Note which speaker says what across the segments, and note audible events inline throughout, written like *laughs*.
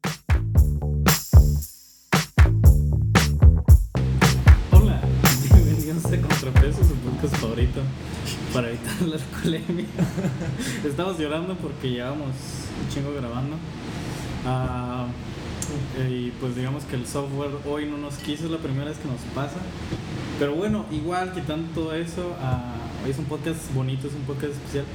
Speaker 1: *laughs* para evitar la alcoholemia. Estamos llorando porque llevamos un chingo grabando. Ah, y pues digamos que el software hoy no nos quiso, es la primera vez que nos pasa. Pero bueno, igual quitando todo eso, ah, es un podcast bonito, es un podcast especial.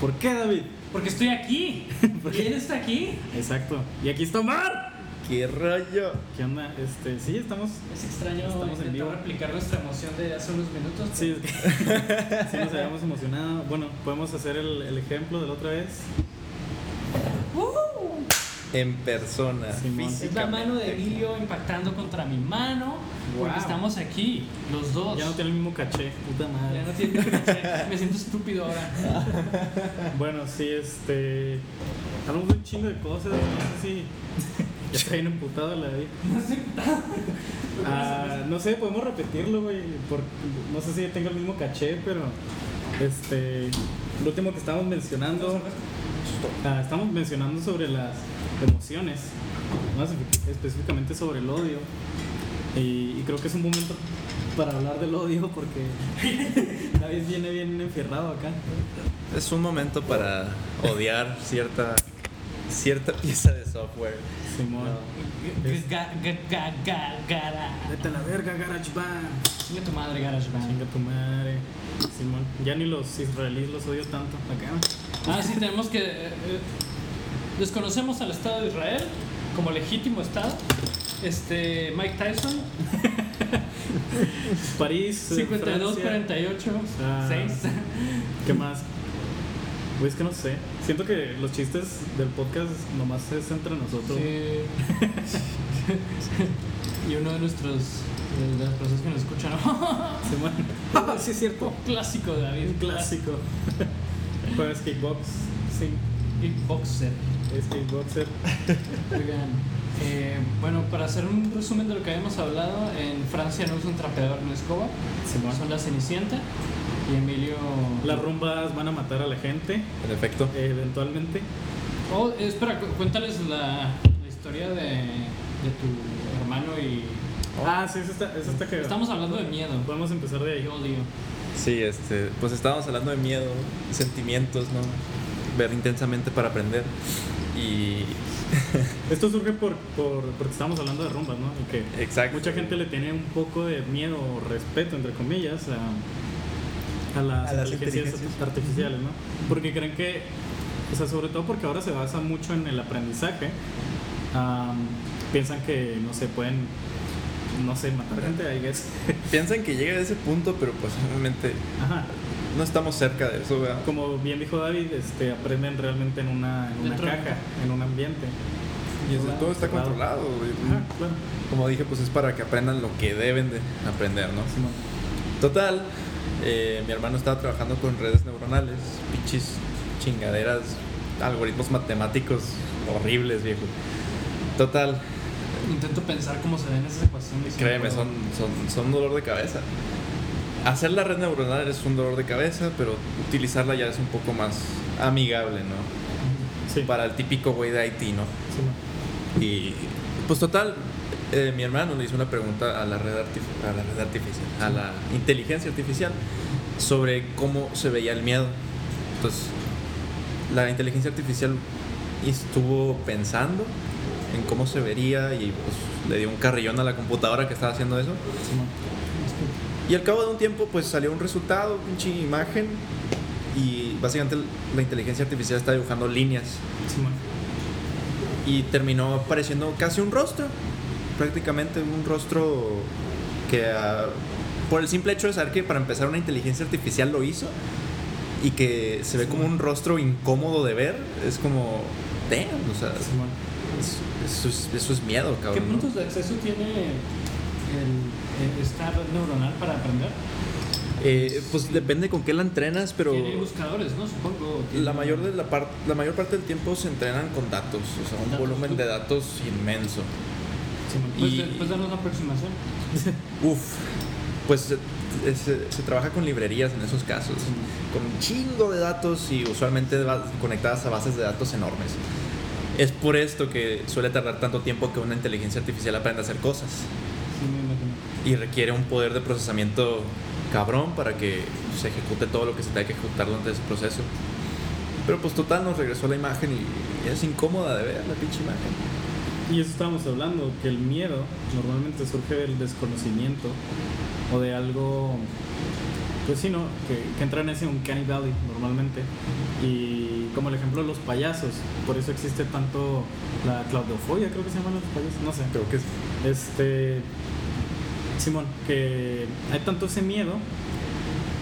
Speaker 1: ¿Por qué, David?
Speaker 2: Porque
Speaker 1: *laughs*
Speaker 2: estoy aquí.
Speaker 1: Porque-
Speaker 2: ¿Quién está aquí?
Speaker 1: Exacto. Y aquí está Omar.
Speaker 3: ¡Qué rayo!
Speaker 1: ¿Qué onda? Este, sí, estamos.
Speaker 2: Es extraño
Speaker 1: Estamos en
Speaker 2: intentar
Speaker 1: vivo.
Speaker 2: replicar nuestra emoción de hace unos minutos.
Speaker 1: Sí, *laughs* es que sí nos habíamos emocionado. Bueno, podemos hacer el, el ejemplo de la otra vez.
Speaker 2: ¡Uh!
Speaker 3: En persona.
Speaker 1: Simón.
Speaker 2: Es la mano de
Speaker 3: físicamente.
Speaker 2: Emilio impactando contra mi mano. Porque
Speaker 1: Wow.
Speaker 2: estamos aquí, los dos.
Speaker 1: Ya no tiene el mismo caché, puta madre.
Speaker 2: Ya no
Speaker 1: *laughs*
Speaker 2: tiene- *laughs* Me siento estúpido ahora. *laughs*
Speaker 1: Bueno, sí, este. Hablamos de un chingo de cosas, no sé *laughs* si. Ya está bien emputado la David. Ah, no sé, podemos repetirlo, güey. por- No sé si tengo el mismo caché, pero. Este. Lo último que estábamos mencionando. ah, estamos mencionando sobre las emociones, más espe- específicamente sobre el odio. Y, y creo que es un momento para hablar del odio porque *laughs* David viene bien enfierrado acá.
Speaker 3: Es un momento para odiar cierta, cierta pieza de software.
Speaker 1: Simón. Es-
Speaker 2: Ga- ga- ga- ga- gara.
Speaker 1: Vete a la verga, GarageBand.
Speaker 2: Chinga tu madre, GarageBand.
Speaker 1: Chinga tu madre. Simón, ya ni los israelíes los odio tanto. Acá.
Speaker 2: Ah, sí, tenemos que. eh, eh, desconocemos al Estado de Israel como legítimo Estado. Este, Mike Tyson,
Speaker 1: París. eh,
Speaker 2: 52,
Speaker 1: Francia.
Speaker 2: 48,
Speaker 1: Ah.
Speaker 2: 6.
Speaker 1: ¿Qué más? Güey, es que no sé. Siento que los chistes del podcast nomás es entre nosotros.
Speaker 2: *laughs* y uno de nuestros. de las personas que nos escuchan. *laughs*
Speaker 1: Simón. *laughs* *laughs* sí, es cierto.
Speaker 2: clásico, David.
Speaker 1: Un clásico. *laughs* Juegas kickbox. Sí,
Speaker 2: Kickboxer.
Speaker 1: es kickboxer.
Speaker 2: Oigan, eh, bueno, para hacer un resumen de lo que habíamos hablado, en Francia no es un trapeador, no escoba,
Speaker 1: Simón.
Speaker 2: son la Cenicienta y Emilio...
Speaker 1: Las rumbas van a matar a la gente,
Speaker 3: En efecto.
Speaker 1: eh, eventualmente.
Speaker 2: Oh, espera, cu- cuéntales la, la historia de, de tu hermano y...
Speaker 1: Ah, sí, eso está, eso está que.
Speaker 2: Estamos hablando de miedo,
Speaker 1: Podemos empezar de
Speaker 2: de
Speaker 1: ahí.
Speaker 2: odio.
Speaker 3: Sí, este, pues estábamos hablando de miedo, sentimientos, ¿no? Ver intensamente para aprender. Y.
Speaker 1: Esto surge por, por- porque estamos hablando de rumbas, ¿no? Y que
Speaker 3: Exacto.
Speaker 1: mucha gente le tiene un poco de miedo o respeto, entre comillas, a, a las,
Speaker 3: A las
Speaker 1: inteligencias
Speaker 3: inteligencias.
Speaker 1: artificiales, ¿no? Porque creen que, o sea, sobre todo porque ahora se basa mucho en el aprendizaje, am, piensan que, no se pueden, no sé, matar gente, ahí es.
Speaker 3: Piensan que llega a ese punto, pero pues obviamente
Speaker 1: Ajá.
Speaker 3: no estamos cerca de eso, ¿verdad?
Speaker 1: Como bien dijo David, este, aprenden realmente en una, en una
Speaker 2: Dentro de-
Speaker 1: caja, en un ambiente.
Speaker 3: Y eso, todo está
Speaker 1: Controlado.
Speaker 3: controlado. güey.
Speaker 1: Ajá, claro.
Speaker 3: Como dije, pues es para que aprendan lo que deben de aprender, ¿no?
Speaker 1: Simón.
Speaker 3: Total, eh, mi hermano estaba trabajando con redes neuronales, pinches chingaderas, algoritmos matemáticos horribles, viejo. Total,
Speaker 2: Intento pensar cómo se ven esas ecuaciones.
Speaker 3: créeme, son, son, son dolor de cabeza. Hacer la red neuronal es un dolor de cabeza, pero utilizarla ya es un poco más amigable, ¿no?
Speaker 1: Sí.
Speaker 3: Para el típico güey de Haití, ¿no?
Speaker 1: Simón.
Speaker 3: Y pues total, eh, mi hermano le hizo una pregunta a la red artif- a la red artificial, a la inteligencia artificial sobre cómo se veía el miedo. Entonces, la inteligencia artificial estuvo pensando en cómo se vería y pues, le dio un carrillón a la computadora que estaba haciendo eso.
Speaker 1: Simón.
Speaker 3: Y al cabo de un tiempo, pues salió un resultado, pinche imagen. Y básicamente la inteligencia artificial está dibujando líneas
Speaker 1: Simón.
Speaker 3: y terminó pareciendo casi un rostro, prácticamente un rostro que ah, por el simple hecho de saber que para empezar una inteligencia artificial lo hizo y que se ve como un rostro incómodo de ver, es como, damn, o sea,
Speaker 1: Simón.
Speaker 3: es- eso, es, eso es miedo, cabrón.
Speaker 2: ¿Qué
Speaker 3: ¿no?
Speaker 2: puntos de acceso tiene el, el- esta red neuronal para aprender?
Speaker 3: Eh, pues depende con qué la entrenas, pero
Speaker 2: Tiene buscadores, ¿no? Supongo.
Speaker 3: la mayor, de la, par- la mayor parte del tiempo se entrenan con datos, o sea, un
Speaker 2: Datos.
Speaker 3: volumen de datos inmenso.
Speaker 1: Simón.
Speaker 2: Pues,
Speaker 3: y-
Speaker 2: de- pues danos la aproximación.
Speaker 3: Uf, pues se, se- se trabaja con librerías en esos casos, con un chingo de datos y usualmente va- conectadas a bases de datos enormes. Es por esto que suele tardar tanto tiempo que una inteligencia artificial aprenda a hacer cosas
Speaker 2: Sí, me imagino.
Speaker 3: y requiere un poder de procesamiento cabrón para que se ejecute todo lo que se tenga que ejecutar durante ese proceso. Pero pues total nos regresó la imagen y es incómoda de ver la pinche imagen.
Speaker 1: Y eso estábamos hablando, que el miedo normalmente surge del desconocimiento o de algo, pues sí, ¿no? Que, que entra en ese uncanny valley normalmente. Y como el ejemplo de los payasos, por eso existe tanto la claudofobia, creo que se llaman los payasos, no sé.
Speaker 3: Creo que es
Speaker 1: Este, Simón, que hay tanto ese miedo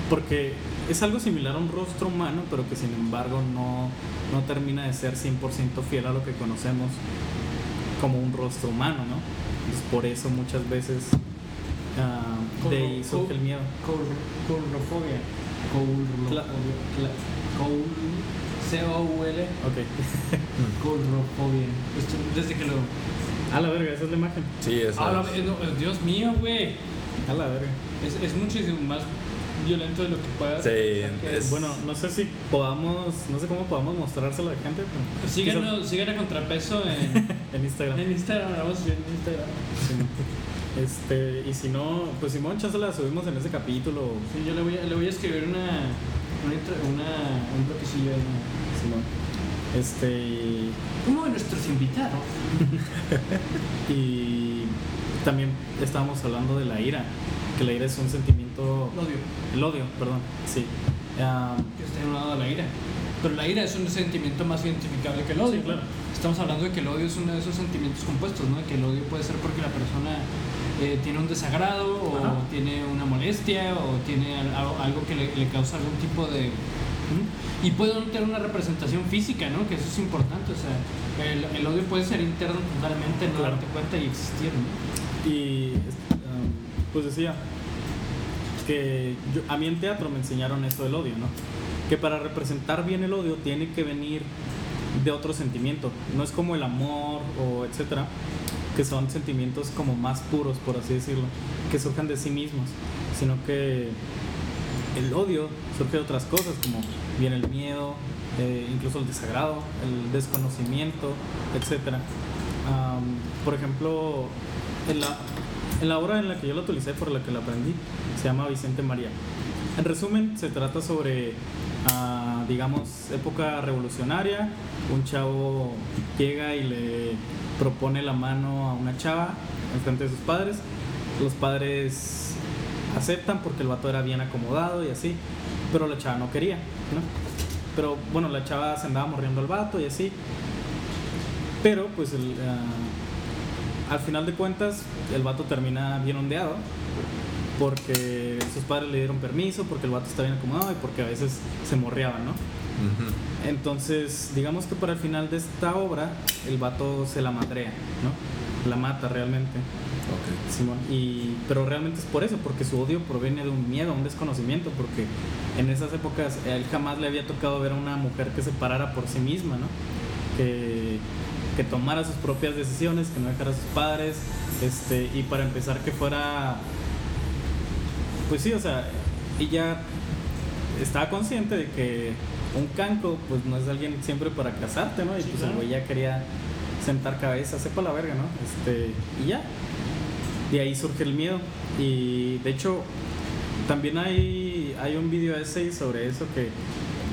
Speaker 1: porque es algo similar a un rostro humano, pero que sin embargo no, no termina de ser 100% fiel a lo que conocemos como un rostro humano, ¿no? Entonces, por eso muchas veces ah, de ahí
Speaker 2: Como-
Speaker 1: surge el miedo.
Speaker 2: Coulrofobia. Coulrofobia.
Speaker 1: Cla-
Speaker 2: Coul. C-O-U-L.
Speaker 1: Ok.
Speaker 2: Coulrofobia. Esto, Desde que lo.
Speaker 1: *laughs* A la verga, esa es la imagen.
Speaker 3: Sí, es
Speaker 2: Ah, la- eh, no, eh, Dios mío, güey.
Speaker 1: A la verga.
Speaker 2: Es, es muchísimo más violento de lo que pueda.
Speaker 3: Sí,
Speaker 2: que-
Speaker 3: es-
Speaker 1: Bueno, no sé si podamos, no sé cómo podamos mostrárselo a la gente, pero
Speaker 2: Pues Síganos, sigan a contrapeso en,
Speaker 1: en Instagram.
Speaker 2: en Instagram. Vamos a subir en Instagram.
Speaker 1: Simón. Este, y si no, pues Simón, chance la subimos en ese capítulo,
Speaker 2: Sí, yo le voy a, le voy a escribir una, una, intro- una- un bloquecillo. ahí.
Speaker 1: Simón. Este, y-
Speaker 2: Uno de nuestros invitados.
Speaker 1: y también estábamos hablando de la ira, que la ira es un sentimiento,
Speaker 2: Lo odio.
Speaker 1: el odio, perdón, sí. Ah,
Speaker 2: que está lado de la ira. Pero la ira es un sentimiento más identificable que el odio.
Speaker 1: Sí, claro.
Speaker 2: Estamos hablando de que el odio es uno de esos sentimientos compuestos, ¿no? Que el odio puede ser porque la persona eh, tiene un desagrado o
Speaker 1: Ajá.
Speaker 2: tiene una molestia o tiene al- al- algo que le, le causa algún tipo de... ¿Mm? Y puede no tener una representación física, ¿no? Que eso es importante. O sea, el, el odio puede ser interno totalmente, no
Speaker 1: Claro.
Speaker 2: darte cuenta y existir, ¿no?
Speaker 1: Y um, pues decía que yo- a mí en teatro me enseñaron eso del odio, ¿no? Que para representar bien el odio tiene que venir de otro sentimiento. No es como el amor o etcétera, que son sentimientos como más puros, por así decirlo, que surjan de sí mismos, sino que el odio surge de otras cosas, como viene el miedo, eh, incluso el desagrado, el desconocimiento, etcétera. Am, por ejemplo, en la, en la obra en la que yo lo utilicé, por la que la aprendí, se llama Vicente María. En resumen, se trata sobre, ah, digamos, época revolucionaria. Un chavo llega y le propone la mano a una chava en frente de sus padres. Los padres aceptan porque el vato era bien acomodado y así, pero la chava no quería, ¿no? Pero bueno, la chava se andaba morriendo al vato y así. Pero pues el, ah, al final de cuentas el vato termina bien ondeado porque sus padres le dieron permiso, porque el vato está bien acomodado y porque a veces se morreaban, ¿no?
Speaker 3: Ujú.
Speaker 1: Entonces, digamos que para el final de esta obra el vato se la madrea, ¿no? La mata realmente.
Speaker 3: Ok.
Speaker 1: Simón, y, pero realmente es por eso, porque su odio proviene de un miedo, un desconocimiento, porque en esas épocas a él jamás le había tocado ver a una mujer que se parara por sí misma, ¿no? Que, que tomara sus propias decisiones, que no dejara a sus padres, este, y para empezar que fuera, pues sí, o sea, ella estaba consciente de que un canco, pues no es alguien siempre para casarte, ¿no? Y
Speaker 2: Sí,
Speaker 1: pues el
Speaker 2: claro.
Speaker 1: güey ya quería sentar cabeza, sepa la verga, ¿no? Este, y ya. De ahí surge el miedo. Y de hecho, también hay, hay un video essay sobre eso que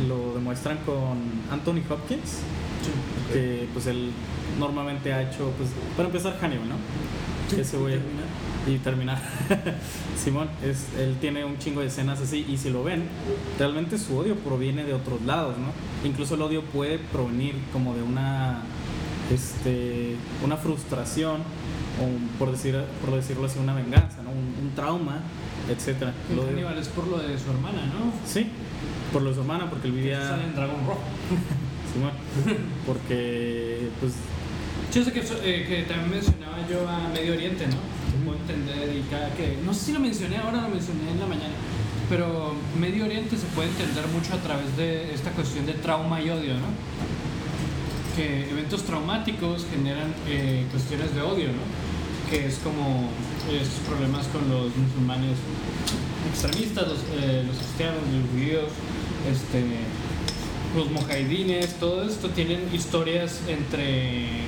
Speaker 1: lo demuestran con Anthony Hopkins, que pues él normalmente ha hecho, pues, para empezar, Hannibal, ¿no? Ese güey. Y terminar. *laughs* Simón, es, él tiene un chingo de escenas así y si lo ven, realmente su odio proviene de otros lados, ¿no? Incluso el odio puede provenir como de una, este, una frustración o un- por, decir, por decirlo así, una venganza, ¿no? Un, un trauma, etcétera. El
Speaker 2: El
Speaker 1: odio-
Speaker 2: caníbal es por lo de su hermana, ¿no?
Speaker 1: Sí, por lo de su hermana, porque él
Speaker 2: Que sale
Speaker 1: vivía...
Speaker 2: en Dragón Rojo.
Speaker 1: Simón, porque pues
Speaker 2: Yo sé que, eso- eh, que también mencionaba yo a Medio Oriente, ¿no? Puedo entender y cada que. No sé si lo mencioné ahora, lo mencioné en la mañana. Pero Medio Oriente se puede entender mucho a través de esta cuestión de trauma y odio, ¿no? Que eventos traumáticos generan eh, cuestiones de odio, ¿no? Que es como estos problemas con los musulmanes extremistas, los, eh, los cristianos, los judíos, este, los mojahidines, todo esto tienen historias entre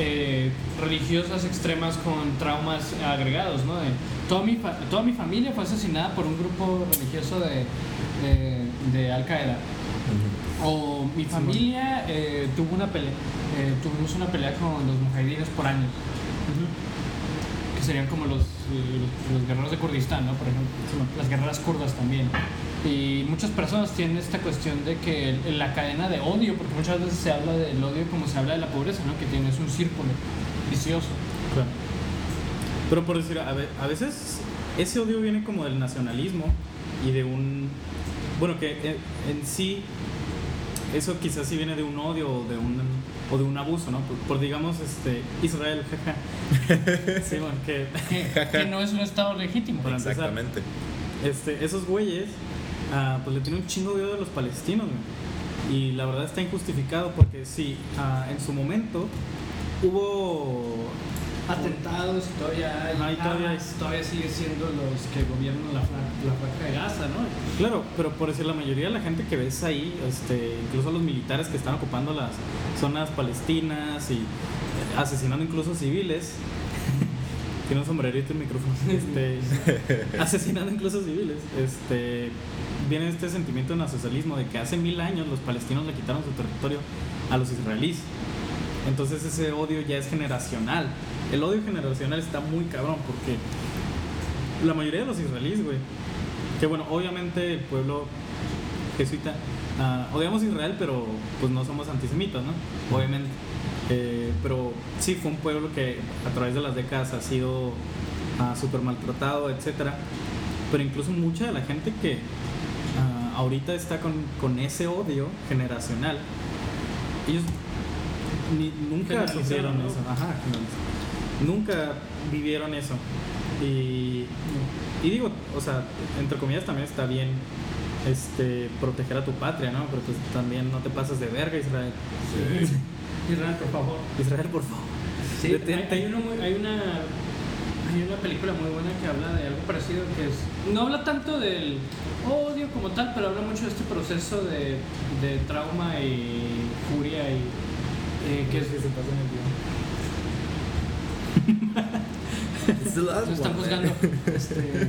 Speaker 2: eh, religiosas extremas con traumas agregados, ¿no? De, toda, mi fa- toda mi familia fue asesinada por un grupo religioso de, de, de Al Qaeda. O mi familia eh, tuvo una pelea, eh, tuvimos una pelea con los mujahidines por años. Que serían como los, eh, los, los guerreros de Kurdistán, ¿no? Por ejemplo, las guerreras kurdas también. Y muchas personas tienen esta cuestión de que el- la cadena de odio, porque muchas veces se habla del odio como se habla de la pobreza, ¿no? Que tienes un círculo vicioso.
Speaker 1: Claro. Pero por decir, a, ve- a veces ese odio viene como del nacionalismo y de un... Bueno, que en, en sí, eso quizás sí viene de un odio o de un, o de un abuso, ¿no? Por, por, digamos, este, Israel, jaja. Sí, bueno, que
Speaker 2: Que, que no es un estado legítimo.
Speaker 1: Para empezar.
Speaker 2: *laughs*
Speaker 3: Exactamente.
Speaker 1: este, esos güeyes, ah, pues le tienen un chingo de odio a los palestinos, güey. Y la verdad está injustificado porque sí, ah, en su momento hubo
Speaker 2: Atentados y todavía hay.
Speaker 1: Ajá, y todavía hay.
Speaker 2: armas, todavía sigue siendo los que gobiernan la, fran- la franja de Gaza, ¿no?
Speaker 1: Claro, pero por decir, la mayoría de la gente que ves ahí, este, incluso los militares que están ocupando las zonas palestinas y eh, asesinando incluso civiles, *laughs* tiene un sombrerito y un micrófono, *laughs* este, asesinando incluso civiles, este, viene este sentimiento de nacionalismo de que hace mil años los palestinos le quitaron su territorio a los israelíes. Entonces ese odio ya es generacional. El odio generacional está muy cabrón porque la mayoría de los israelíes, güey, que bueno, obviamente el pueblo jesuita, ah, odiamos a Israel, pero pues no somos antisemitas, ¿no? Obviamente. Eh, pero sí fue un pueblo que a través de las décadas ha sido ah, súper maltratado, etc. Pero incluso mucha de la gente que ah, ahorita está con, con ese odio generacional, ellos ni- nunca
Speaker 2: Generalizaron,
Speaker 1: sufrieron
Speaker 2: ¿no?
Speaker 1: eso. Ajá, generalizaron. nunca vivieron eso. Y y digo, o sea, entre comillas también está bien este, proteger a tu patria, ¿no? Pero pues también no te pases de verga, Israel.
Speaker 2: Israel, por favor.
Speaker 1: Israel, por favor.
Speaker 2: Sí, hay,
Speaker 1: detente.
Speaker 2: hay uno muy- hay una, hay una película muy buena que habla de algo parecido que es. No habla tanto del odio como tal, pero habla mucho de este proceso de, de trauma y furia y. eh, que es,
Speaker 1: se pasa en el guión?
Speaker 3: It's the last
Speaker 2: Lo están
Speaker 3: one, eh.
Speaker 2: juzgando.
Speaker 3: man.
Speaker 2: Este,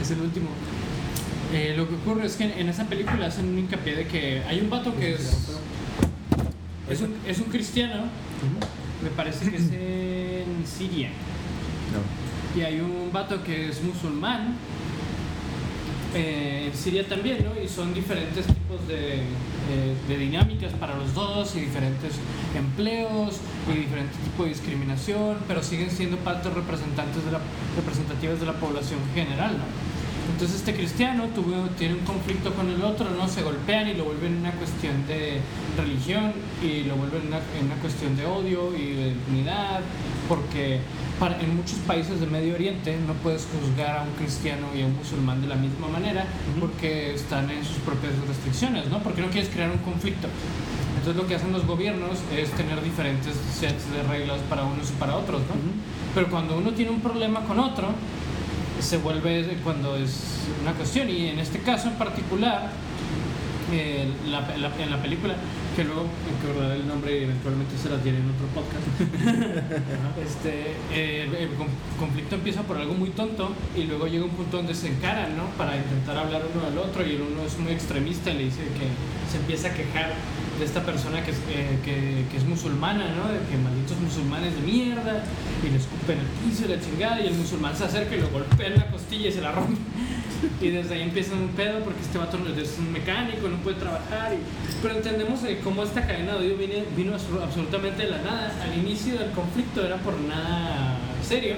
Speaker 2: es el último. Eh, lo que ocurre es que en esa película hacen un hincapié de que hay un vato que es. Es un, es un cristiano, me parece que es en Siria.
Speaker 3: No.
Speaker 2: Y hay un vato que es musulmán, eh, en Siria también, ¿no? Y son diferentes tipos de, eh, de dinámicas para los dos y diferentes empleos y diferentes tipos de discriminación, pero siguen siendo partes representantes de la, representativas de la población general, ¿no? Entonces este cristiano tuvo, tiene un conflicto con el otro, ¿no? Se golpean y lo vuelven una cuestión de religión y lo vuelven una, en una cuestión de odio y de unidad, porque para- en muchos países de Medio Oriente no puedes juzgar a un cristiano y a un musulmán de la misma manera porque están en sus propias restricciones, ¿no? Porque no quieres crear un conflicto. Entonces lo que hacen los gobiernos es tener diferentes sets de reglas para unos y para otros, ¿no? Pero cuando uno tiene un problema con otro, se vuelve cuando es una cuestión y en este caso en particular eh, la, la- en la película que luego recordaré el nombre y eventualmente se la tiene en otro podcast *laughs* este eh, el con- conflicto empieza por algo muy tonto y luego llega un punto donde se encaran ¿no? para intentar hablar uno al otro y el uno es muy extremista y le dice que se empieza a quejar de esta persona que es, eh, que, que es musulmana, ¿no? De que malditos musulmanes de mierda y le escupen el piso y la chingada y el musulmán se acerca y lo golpea en la costilla y se la rompe. *laughs* Y desde ahí empieza un pedo porque este vato no- es un mecánico, no puede trabajar. y- Pero entendemos eh, cómo esta cadena de odio vino, vino abso- absolutamente de la nada. Al inicio del conflicto era por nada serio.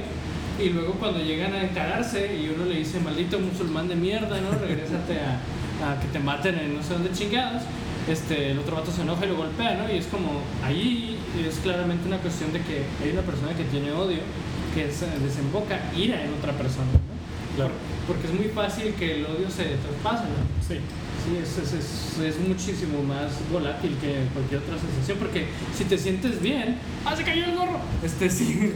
Speaker 2: Y luego cuando llegan a encararse y uno le dice, maldito musulmán de mierda, ¿no? Regrésate a, a que te maten en no sé dónde chingados. Este, el otro vato se enoja y lo golpea, ¿no? Y es como, ahí es claramente una cuestión de que hay una persona que tiene odio, que se desemboca ira en otra persona, ¿no?
Speaker 1: Claro.
Speaker 2: Por- porque es muy fácil que el odio se traspase, ¿no?
Speaker 1: Sí.
Speaker 2: Sí, es, es, es, es muchísimo más volátil que cualquier otra sensación, porque si te sientes bien, ¡ah, se cayó el gorro!
Speaker 1: *laughs*
Speaker 2: Este, sí,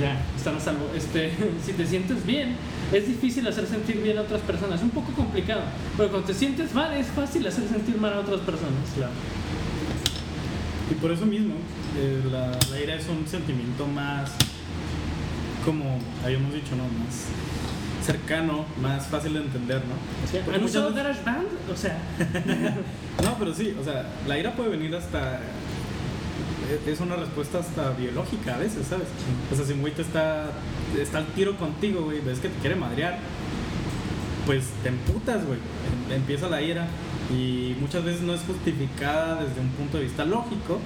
Speaker 2: ya, están a salvo. Este, *laughs* si te sientes bien, es difícil hacer sentir bien a otras personas, es un poco complicado, pero cuando te sientes mal, es fácil hacer sentir mal a otras personas.
Speaker 1: Claro. Y por eso mismo, eh, la, la ira es un sentimiento más, como habíamos dicho, ¿no? Más cercano, más fácil de entender, ¿no?
Speaker 4: Sí,
Speaker 1: Porque
Speaker 4: ¿Han
Speaker 1: muchas
Speaker 4: usado
Speaker 1: veces-
Speaker 4: GarageBand? O sea,
Speaker 1: No, pero sí, o sea, la ira puede venir hasta. e- Es una respuesta hasta biológica a veces, ¿sabes? O sea, si un güey te está, está al tiro contigo, güey, ves que te quiere madrear, pues te emputas, güey. Em- Empieza la ira y muchas veces no es justificada desde un punto de vista lógico,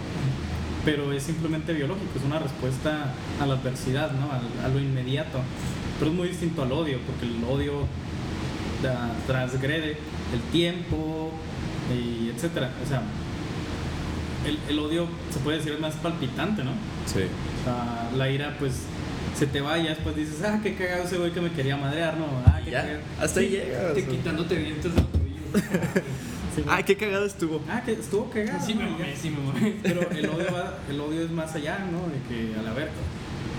Speaker 1: pero es simplemente biológico, es una respuesta a la adversidad, ¿no? Al- A, lo inmediato. Pero es muy distinto al odio, porque el odio da- transgrede el tiempo, y etcétera. O sea, el, el odio se puede decir es más palpitante, ¿no?
Speaker 3: Sí.
Speaker 1: O sea, la ira, pues, se te va y ya después dices, ah, qué cagado ese güey que me quería madrear, ¿no? Ah, qué
Speaker 3: Ya,
Speaker 1: cagado".
Speaker 3: hasta ahí llega.
Speaker 2: Te quitándote dientes de los
Speaker 1: *laughs*
Speaker 2: tobillos.
Speaker 1: Sí, ¿no?
Speaker 3: Ay, qué cagado estuvo.
Speaker 1: Ah, que estuvo cagado.
Speaker 2: Sí
Speaker 1: ¿no?
Speaker 2: me
Speaker 1: Y ya.
Speaker 2: mamé, sí me mamé.
Speaker 1: Pero el odio, va- el odio es más allá, ¿no? De que a la verga.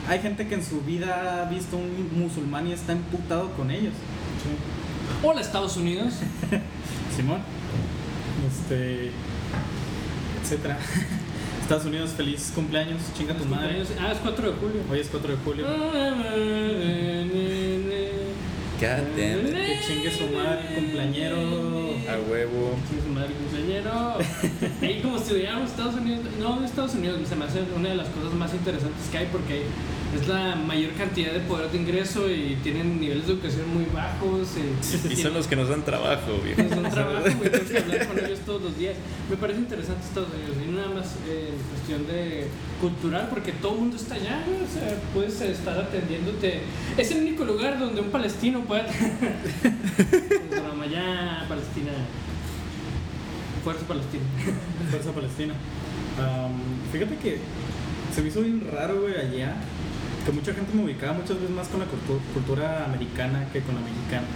Speaker 1: Hay gente que en su vida ha visto un musulmán y está emputado con ellos.
Speaker 2: Hola Estados
Speaker 1: *laughs*
Speaker 2: Unidos.
Speaker 1: Simón. Este. Etcétera. *laughs* Estados Unidos, feliz cumpleaños. Chinga tu madre.
Speaker 2: Ah, es 4 de julio.
Speaker 1: Hoy es 4 de julio.
Speaker 3: God damn it.
Speaker 1: Que chingue su madre, cumpleañero.
Speaker 3: A huevo.
Speaker 2: Chingue su madre,
Speaker 3: *laughs*
Speaker 2: cumpleañero. Ahí como estudiamos Estados Unidos. No, de Estados Unidos se me hace una de las cosas más interesantes que hay porque es la mayor cantidad de poder de ingreso y tienen niveles de educación muy bajos. eh,
Speaker 3: Y son los que nos dan trabajo, viejo.
Speaker 2: Es Pues un trabajo, güey, tengo que hablar con ellos todos los días. Me parece interesante Estados Unidos, y no nada más eh, en cuestión de cultural, porque todo el mundo está allá, güey, o sea, puedes estar atendiéndote. Es el único lugar donde un palestino puede. Es broma, ya, Palestina. Fuerza Palestina.
Speaker 1: Fuerza Palestina. Am, fíjate que se me hizo bien raro, güey, allá. Que mucha gente me ubicaba muchas veces más con la cultu- cultura americana que con la mexicana.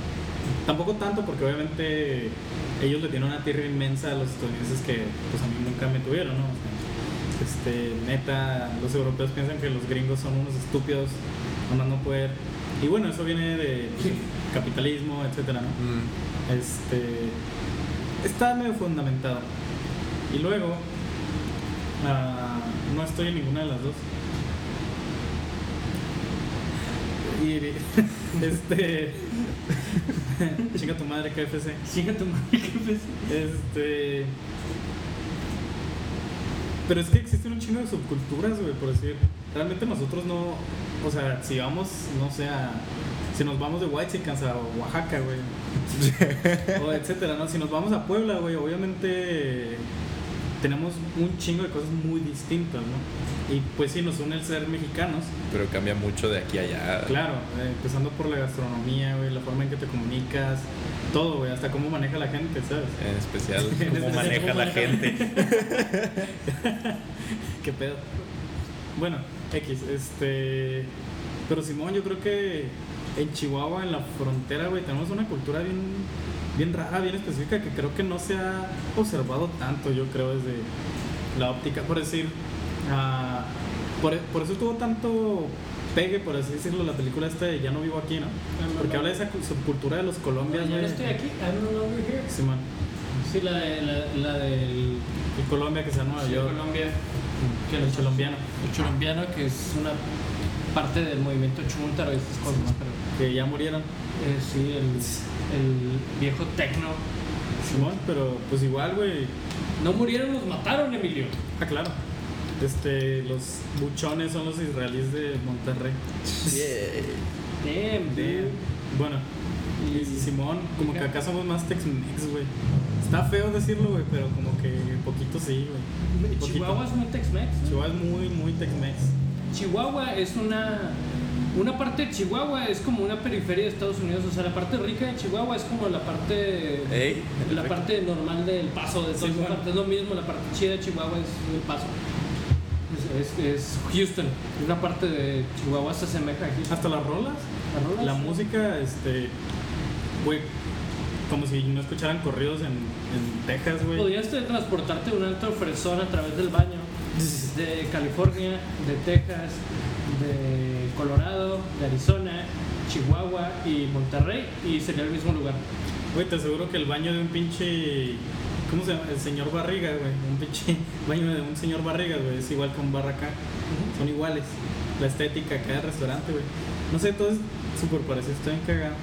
Speaker 1: Tampoco tanto porque obviamente ellos le tienen una tierra inmensa a los estadounidenses que pues a mí nunca me tuvieron, ¿no? O sea, este, neta, los europeos piensan que los gringos son unos estúpidos, no más no poder. Y bueno, eso viene de pues, el capitalismo, etcétera, ¿no?
Speaker 3: Mm,
Speaker 1: Este, está medio fundamentado. Y luego, ah, no estoy en ninguna de las dos. Y *laughs* este, *laughs* chica tu madre, KFC.
Speaker 2: Chinga tu madre, qué pesado.
Speaker 1: Este. Pero es que existen un chingo de subculturas, güey, por decir. Realmente nosotros no. O sea, si vamos, no sé, a- si nos vamos de Huaychicans a Oaxaca, güey. *laughs* o etcétera, ¿no? Si nos vamos a Puebla, güey, obviamente tenemos un chingo de cosas muy distintas, ¿no? Y pues sí, nos une el ser mexicanos.
Speaker 3: Pero cambia mucho de aquí a allá.
Speaker 1: Claro, eh, empezando por la gastronomía, güey, la forma en que te comunicas, todo, güey, hasta cómo maneja la gente, ¿sabes?
Speaker 3: En especial,
Speaker 1: *laughs* En
Speaker 3: cómo
Speaker 1: especial,
Speaker 3: maneja
Speaker 1: cómo
Speaker 3: la
Speaker 1: maneja-
Speaker 3: gente.
Speaker 1: Qué pedo. Bueno, X, este. Pero Simón, yo creo que en Chihuahua, en la frontera, güey, tenemos una cultura bien, bien rara, bien específica, que creo que no se ha observado tanto, yo creo, desde la óptica. Por decir, ah, por, por eso tuvo tanto pegue, por así decirlo, la película esta de Ya no vivo aquí, ¿no? Porque habla de esa cu- subcultura de los colombianos.
Speaker 2: Ya no
Speaker 1: güey.
Speaker 2: estoy aquí, I'm no longer here.
Speaker 1: Simón,
Speaker 2: Sí, la, de, la, la del.
Speaker 1: y Colombia que se llama Nueva
Speaker 2: de
Speaker 1: York.
Speaker 2: Colombia.
Speaker 1: Que el colombiano.
Speaker 2: El colombiano que es una parte del movimiento chumuntaro y estas cosas, ¿no? Pero,
Speaker 1: Que ya murieron.
Speaker 2: eh, sí, el, el viejo tecno.
Speaker 1: Simón, pero pues igual, güey.
Speaker 2: No murieron, los mataron, Emilio.
Speaker 1: Ah, claro. Este, los buchones son los israelíes de Monterrey.
Speaker 3: *laughs* Yeah.
Speaker 2: Damn,
Speaker 1: De-
Speaker 2: dude.
Speaker 1: Bueno, y
Speaker 2: Y-
Speaker 1: Simón, como que acá somos más Tex-Mex, güey. Está feo decirlo, güey, pero como que poquito sí, güey. Poquito.
Speaker 2: Chihuahua es un Tex-Mex. ¿no?
Speaker 1: Chihuahua es muy, muy Tex-Mex.
Speaker 2: Chihuahua es una. Una parte de Chihuahua es como una periferia de Estados Unidos. O sea, la parte rica de Chihuahua es como la parte.
Speaker 3: Ey,
Speaker 2: La parte normal del paso de todas
Speaker 1: Sí,
Speaker 2: las
Speaker 1: bueno.
Speaker 2: partes. Es lo mismo, la parte chida de Chihuahua es el paso. Es, es- es Houston. Una parte de Chihuahua se asemeja a Houston.
Speaker 1: Hasta las rolas,
Speaker 2: ¿Las rolas?
Speaker 1: la música, este, güey, como si no escucharan corridos en, en Texas, güey.
Speaker 2: Podrías te- transportarte un alto fresón a través del baño de California, de Texas, de Colorado, de Arizona, Chihuahua y Monterrey y sería el mismo lugar.
Speaker 1: Güey, te aseguro que el baño de un pinche ¿Cómo se llama? El señor Barriga, güey. Un pinche *laughs* baño de un señor Barriga, güey. Es igual que un bar acá. Son iguales. La estética acá del restaurante, güey. No sé, todo es súper parecido. Estoy en cagado.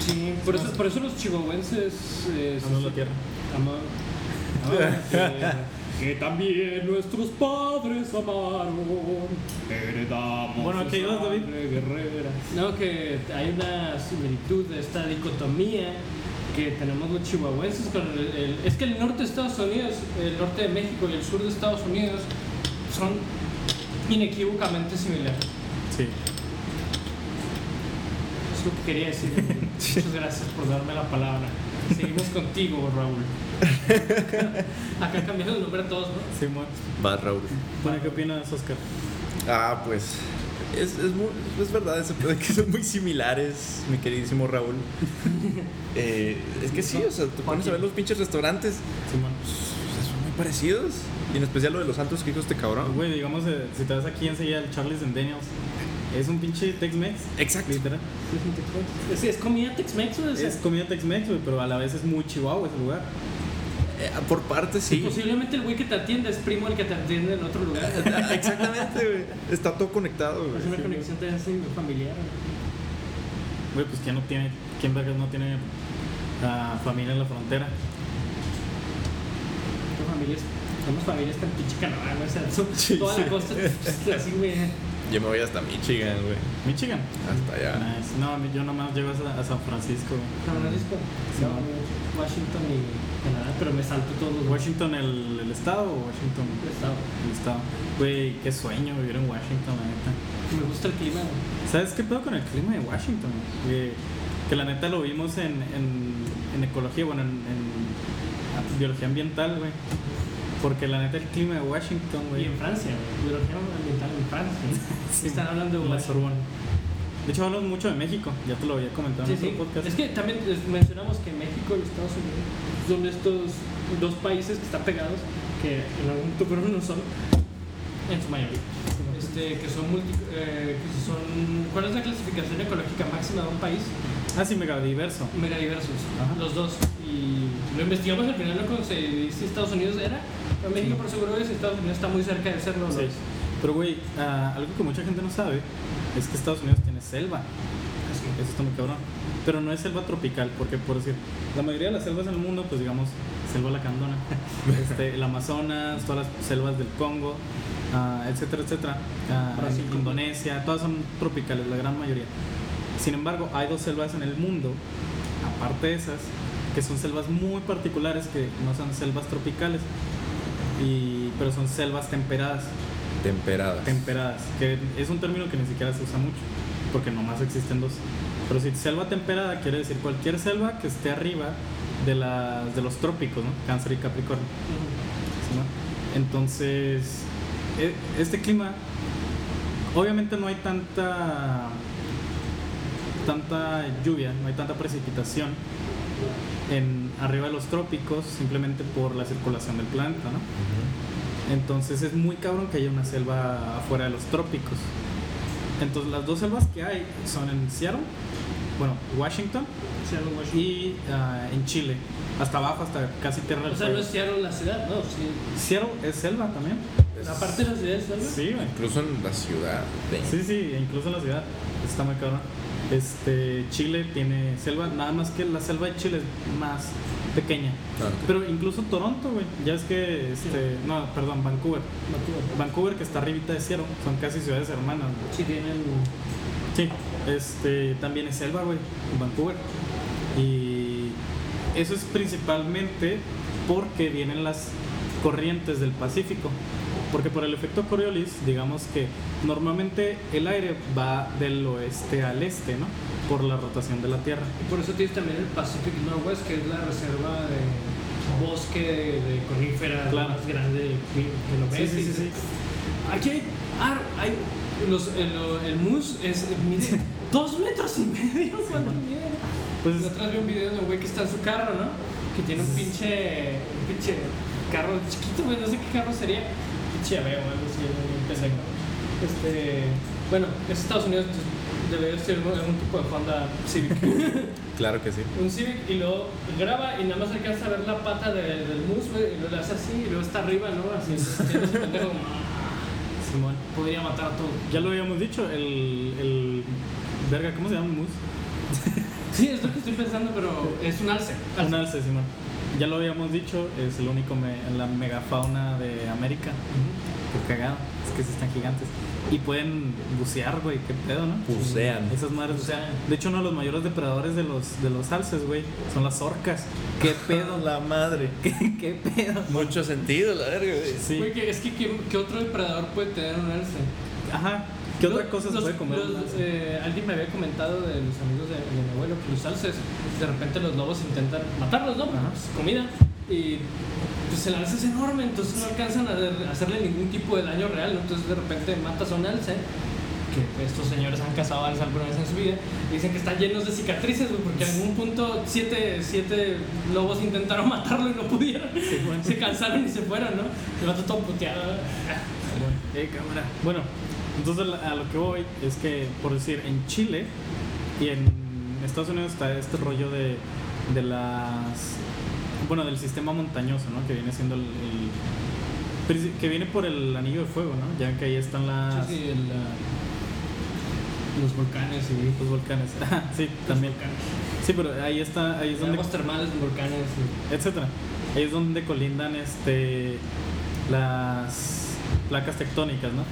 Speaker 2: Sí, por eso, por eso los chihuahuenses. eh,
Speaker 1: Amamos Ah, la tierra.
Speaker 2: ama- amaban la tierra, Que también nuestros padres amaron. Heredamos.
Speaker 1: Bueno, ¿a qué
Speaker 2: esa
Speaker 1: ibas, David?
Speaker 2: sangre guerrera. No, que hay una similitud de esta dicotomía que tenemos los chihuahuenses con el- el- Es que el norte de Estados Unidos, el norte de México y el sur de Estados Unidos son inequívocamente similares.
Speaker 1: Sí.
Speaker 2: Es lo que quería decir. Muchas gracias por darme la palabra. Seguimos contigo, Raúl. Acá cambiaron el nombre a todos, ¿no?
Speaker 1: Simón.
Speaker 3: Va, Raúl.
Speaker 1: Bueno, ¿qué opinas, Oscar?
Speaker 3: Ah, pues. Es, es, mu- es verdad ese pedo que son muy similares, mi
Speaker 1: *laughs*
Speaker 3: queridísimo Raúl. Eh, es que sí, o sea, te pones a ver los pinches restaurantes,
Speaker 1: Simón.
Speaker 3: o sea, son muy parecidos. Y en especial lo de los santos que dijo este cabrón.
Speaker 1: Güey, digamos, eh, si te vas aquí enseguida al Charles and Daniels, es un pinche Tex-Mex.
Speaker 3: Exacto.
Speaker 1: Literal.
Speaker 2: Es, es comida Tex-Mex, ¿o es,
Speaker 1: Es comida Tex-Mex, güey, pero a la vez es muy chihuahua ese lugar.
Speaker 3: Eh, por parte
Speaker 2: Y
Speaker 3: sí.
Speaker 1: pues
Speaker 2: posiblemente el güey que te atiende es primo el que te atiende en otro lugar.
Speaker 3: Ah, *laughs* Exactamente, güey. Está todo conectado,
Speaker 2: Es
Speaker 3: güey.
Speaker 2: una conexión tan así familiar.
Speaker 1: Güey, pues ¿quién no tiene, quién vergas no tiene ah, familia en la frontera?
Speaker 2: Son familias, somos familias tan pinche canadá, güey. O sea, son toda la costa así, güey.
Speaker 3: Yo me voy hasta Michigan, güey.
Speaker 1: Michigan.
Speaker 3: Hasta allá.
Speaker 1: Nice. No, a mí- yo nomás llego a, a San Francisco. güey.
Speaker 2: San Francisco,
Speaker 1: Sí.
Speaker 2: no, Washington y Canadá, pero me salto todos los
Speaker 1: ¿Washington el, el estado o Washington
Speaker 2: Estado.
Speaker 1: el estado? Güey, qué sueño vivir en Washington, la neta.
Speaker 2: Me gusta el clima, güey.
Speaker 1: ¿Sabes qué pedo con el clima de Washington? Güey, que la neta lo vimos en, en, en ecología, bueno, en, en biología ambiental, güey. Porque la neta el clima de Washington,
Speaker 2: Y
Speaker 1: güey.
Speaker 2: en Francia, güey. biología ambiental en Francia. ¿eh? *laughs* Están hablando de
Speaker 1: la
Speaker 2: Washington.
Speaker 1: Sorbona. De hecho, hablamos mucho de México, ya te lo había comentado
Speaker 2: Sí,
Speaker 1: en otro
Speaker 2: sí.
Speaker 1: podcast.
Speaker 2: Es que también les mencionamos que México y Estados Unidos son estos dos países que están pegados, que en algún momento no son, en su mayoría. Este, que son multi, eh, que son, ¿Cuál es la clasificación ecológica máxima de un país?
Speaker 1: Ah, sí, mega diverso.
Speaker 2: Megadiversos,
Speaker 1: Ajá.
Speaker 2: los dos. Y lo investigamos al final, lo se dice Estados Unidos era, pero México por seguro es, Estados Unidos está muy cerca de serlo. ¿no?
Speaker 1: Sí. Pero, güey, ah, algo que mucha gente no sabe es que Estados Unidos tiene selva. Eso está muy cabrón. Pero no es selva tropical, porque, por decir, la mayoría de las selvas en el mundo, pues digamos, selva lacandona, este, el Amazonas, todas las selvas del Congo, ah, etcétera, etcétera. Ah,
Speaker 2: Brasil.
Speaker 1: Indonesia, todas son tropicales, la gran mayoría. Sin embargo, hay dos selvas en el mundo, aparte de esas, que son selvas muy particulares, que no son selvas tropicales, y, pero son selvas temperadas
Speaker 3: Temperada.
Speaker 1: Ah. temperadas, que es un término que ni siquiera se usa mucho, porque nomás existen dos. Pero si selva temperada quiere decir cualquier selva que esté arriba de, las, de los trópicos, ¿no? Cáncer y Capricornio. ¿sí, no? Entonces, e- este clima, obviamente no hay tanta, tanta lluvia, no hay tanta precipitación en, arriba de los trópicos, simplemente por la circulación del planeta, ¿no? Entonces es muy cabrón que haya una selva afuera de los trópicos. Entonces las dos selvas que hay son en Seattle, bueno, Washington
Speaker 2: Seattle, Washington.
Speaker 1: y ah, en Chile, hasta abajo, hasta casi Tierra del
Speaker 2: O sea, no
Speaker 1: Fuego.
Speaker 2: es Seattle la ciudad, ¿no? Sí.
Speaker 1: Seattle es selva también.
Speaker 3: Es-
Speaker 2: Aparte de la ciudad, ¿sabes?
Speaker 1: Sí, güey.
Speaker 3: Incluso en la ciudad. de-
Speaker 1: Sí, sí, e incluso en la ciudad está muy cabrón. Este, Chile tiene selva, nada más que la selva de Chile es más pequeña.
Speaker 3: Ah,
Speaker 1: Pero incluso Toronto, güey, ya es que, este, no, perdón, Vancouver.
Speaker 2: No tuvo.
Speaker 1: Vancouver que está arribita de Seattle, son casi ciudades hermanas. güey.
Speaker 2: Sí tienen
Speaker 1: Sí, este, también es selva, güey, en Vancouver. Y eso es principalmente porque vienen las corrientes del Pacífico. Porque por el efecto Coriolis, digamos que normalmente el aire va del oeste al este, ¿no? Por la rotación de la Tierra.
Speaker 2: Y por eso tienes también el Pacific Northwest, que es la reserva de bosque de, de coníferas
Speaker 1: Claro.
Speaker 2: más grande de lo
Speaker 1: Sí, sí, sí, sí.
Speaker 2: Aquí hay, ah, hay los, el, el mus es, mide dos metros y medio cuando mide.
Speaker 1: Pues-
Speaker 2: La otra vez vi un video de un güey que está en su carro, ¿no? Que tiene un pinche, un pinche carro chiquito, güey, no sé qué carro sería. Pinche aveo, algo así, un pendejo. Este, bueno, es Estados Unidos, entonces, debería ser algún tipo de Honda Civic.
Speaker 1: *laughs*
Speaker 3: Claro que sí.
Speaker 2: un Civic y luego graba y nada más alcanza a ver la pata de- del mus, güey, y luego le hace así y luego está arriba, ¿no? Así, haciendo ese pendejo.
Speaker 1: Simón.
Speaker 2: Podría matar a todo.
Speaker 1: Ya lo habíamos dicho, el. el verga, ¿cómo se llama? Mus.
Speaker 2: Sí, es lo que estoy pensando, pero es un alce.
Speaker 1: Un alce, Simón. Ya lo habíamos dicho, es el único me- la megafauna de América. Qué cagado, es que sí están gigantes. Y pueden bucear, güey, qué pedo, ¿no?
Speaker 3: Bucean.
Speaker 1: Esas madres bucean. De hecho, uno de los mayores depredadores de los, de los alces, güey, son las orcas. *laughs* Qué pedo,
Speaker 3: la madre.
Speaker 1: qué, qué pedo.
Speaker 3: Mucho sentido, la verga, güey.
Speaker 1: Sí.
Speaker 2: Güey, que- es que ¿qué, qué otro depredador puede tener un alce?
Speaker 1: Ajá. ¿Qué otra
Speaker 2: Los-
Speaker 1: cosa se
Speaker 2: los-
Speaker 1: puede comer?
Speaker 2: los, eh, alguien me había comentado de los amigos de, de mi abuelo que los alces, de repente los lobos intentan matarlos, ¿no?
Speaker 1: Ajá.
Speaker 2: Pues, comida. Y pues el alce es enorme, entonces no alcanzan a de- a hacerle ningún tipo de daño real, ¿no? Entonces de repente matas a un alce, que estos señores han cazado alce alguna vez en su vida, y dicen que están llenos de cicatrices, güey, porque en algún punto siete, siete lobos intentaron *laughs* matarlo y no pudieron.
Speaker 1: bueno.
Speaker 2: Se cansaron y se fueron, ¿no? El vato todo puteado.
Speaker 1: Eh, cámara. Bueno, entonces la- a lo que voy es que, por decir, en Chile y en Estados Unidos está este rollo de, de las. Bueno, del sistema montañoso, ¿no? Que viene siendo el. el- princi- que viene por el anillo de fuego, ¿no? Ya que ahí están las.
Speaker 2: Sí, sí, el, ah, los volcanes y pues,
Speaker 1: Los volcanes. *laughs* sí, también. Sí, pero ahí está. Ahí es donde.
Speaker 2: aguas termales, volcanes.
Speaker 1: etcétera. Ahí es donde colindan este las placas tectónicas, ¿no?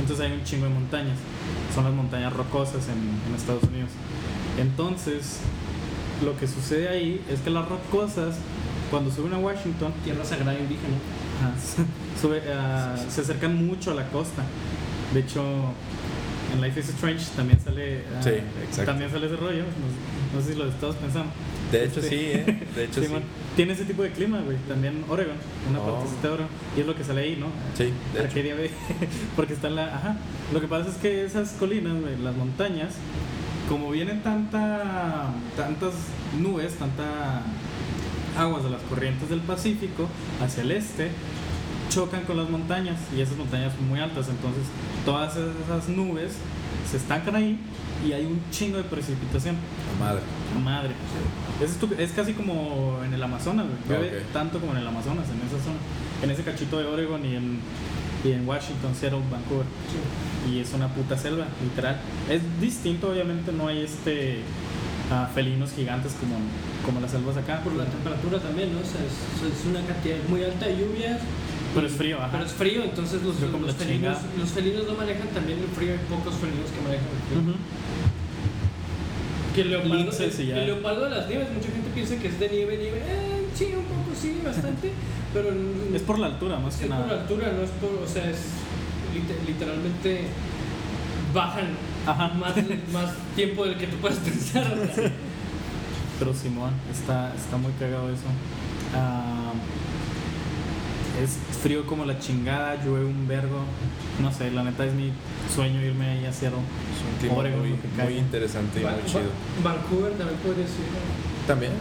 Speaker 1: Entonces hay un chingo de montañas. Son las montañas rocosas en, en Estados Unidos. Entonces, lo que sucede ahí es que las rocosas, cuando suben a Washington, *laughs*
Speaker 2: y Tierra sagrada e indígena.
Speaker 1: Ajá, sube, ah, se acercan mucho a la costa. De hecho, en Life is Strange también sale, ah,
Speaker 3: Sí, exacto.
Speaker 1: también sale ese rollo. No, no sé si lo estabas pensando.
Speaker 3: De hecho,
Speaker 1: Este-
Speaker 3: sí, ¿eh? De hecho, sí.
Speaker 1: Simón. Tiene ese tipo de clima, güey. También Oregon, una
Speaker 3: Oh.
Speaker 1: partecita de Oregon. Y es lo que sale ahí, ¿no?
Speaker 3: Sí, de hecho.
Speaker 1: Arcadia Bay. *laughs* Porque está la. Ajá. Lo que pasa es que esas colinas, güey, las montañas, como vienen tanta, tantas nubes, tanta aguas de las corrientes del Pacífico hacia el este, chocan con las montañas. Y esas montañas son muy altas. Entonces, todas esas nubes se estancan ahí y hay un chingo de precipitación.
Speaker 3: La madre.
Speaker 1: Madre. Es, estu- es casi como en el Amazonas, güey. Llueve
Speaker 3: Ok.
Speaker 1: tanto como en el Amazonas, en esa zona. En ese cachito de Oregon y en, y en Washington, Seattle, Vancouver. Y es una puta selva, literal. Es distinto, obviamente, no hay este ah, felinos gigantes como, como las selvas acá.
Speaker 2: Por la temperatura también, ¿no? O sea, es, es una cantidad muy alta de lluvias.
Speaker 1: Pero
Speaker 2: Y-
Speaker 1: es frío, ajá.
Speaker 2: Pero es frío, entonces los,
Speaker 1: Yo como
Speaker 2: los
Speaker 1: la
Speaker 2: felinos,
Speaker 1: chingada.
Speaker 2: los felinos no manejan también el frío. Hay pocos felinos que manejan el frío.
Speaker 1: Ujú.
Speaker 2: Que el leopardo,
Speaker 1: Linces y
Speaker 2: el,
Speaker 1: ya.
Speaker 2: el leopardo de las nieves, mucha gente piensa que es de nieve, nieve. Eh, sí, un poco, sí, bastante.
Speaker 1: *laughs*
Speaker 2: pero n-
Speaker 1: Es por la altura, más que
Speaker 2: es por
Speaker 1: nada.
Speaker 2: altura, no es por, o sea, es lit- literalmente bajan
Speaker 1: Ajá.
Speaker 2: más, más tiempo del que tú puedes pensar. o sea.
Speaker 1: Pero Simón, está, está muy cagado eso. Ah, es frío como la chingada, llueve un vergo. No sé, la neta es mi sueño irme ahí a Seattle.
Speaker 3: Es un clima
Speaker 1: Oregon,
Speaker 3: muy,
Speaker 1: lo que caiga.
Speaker 3: muy interesante y
Speaker 2: Va-
Speaker 3: muy chido.
Speaker 2: Va- Vancouver también podría ser.
Speaker 3: También.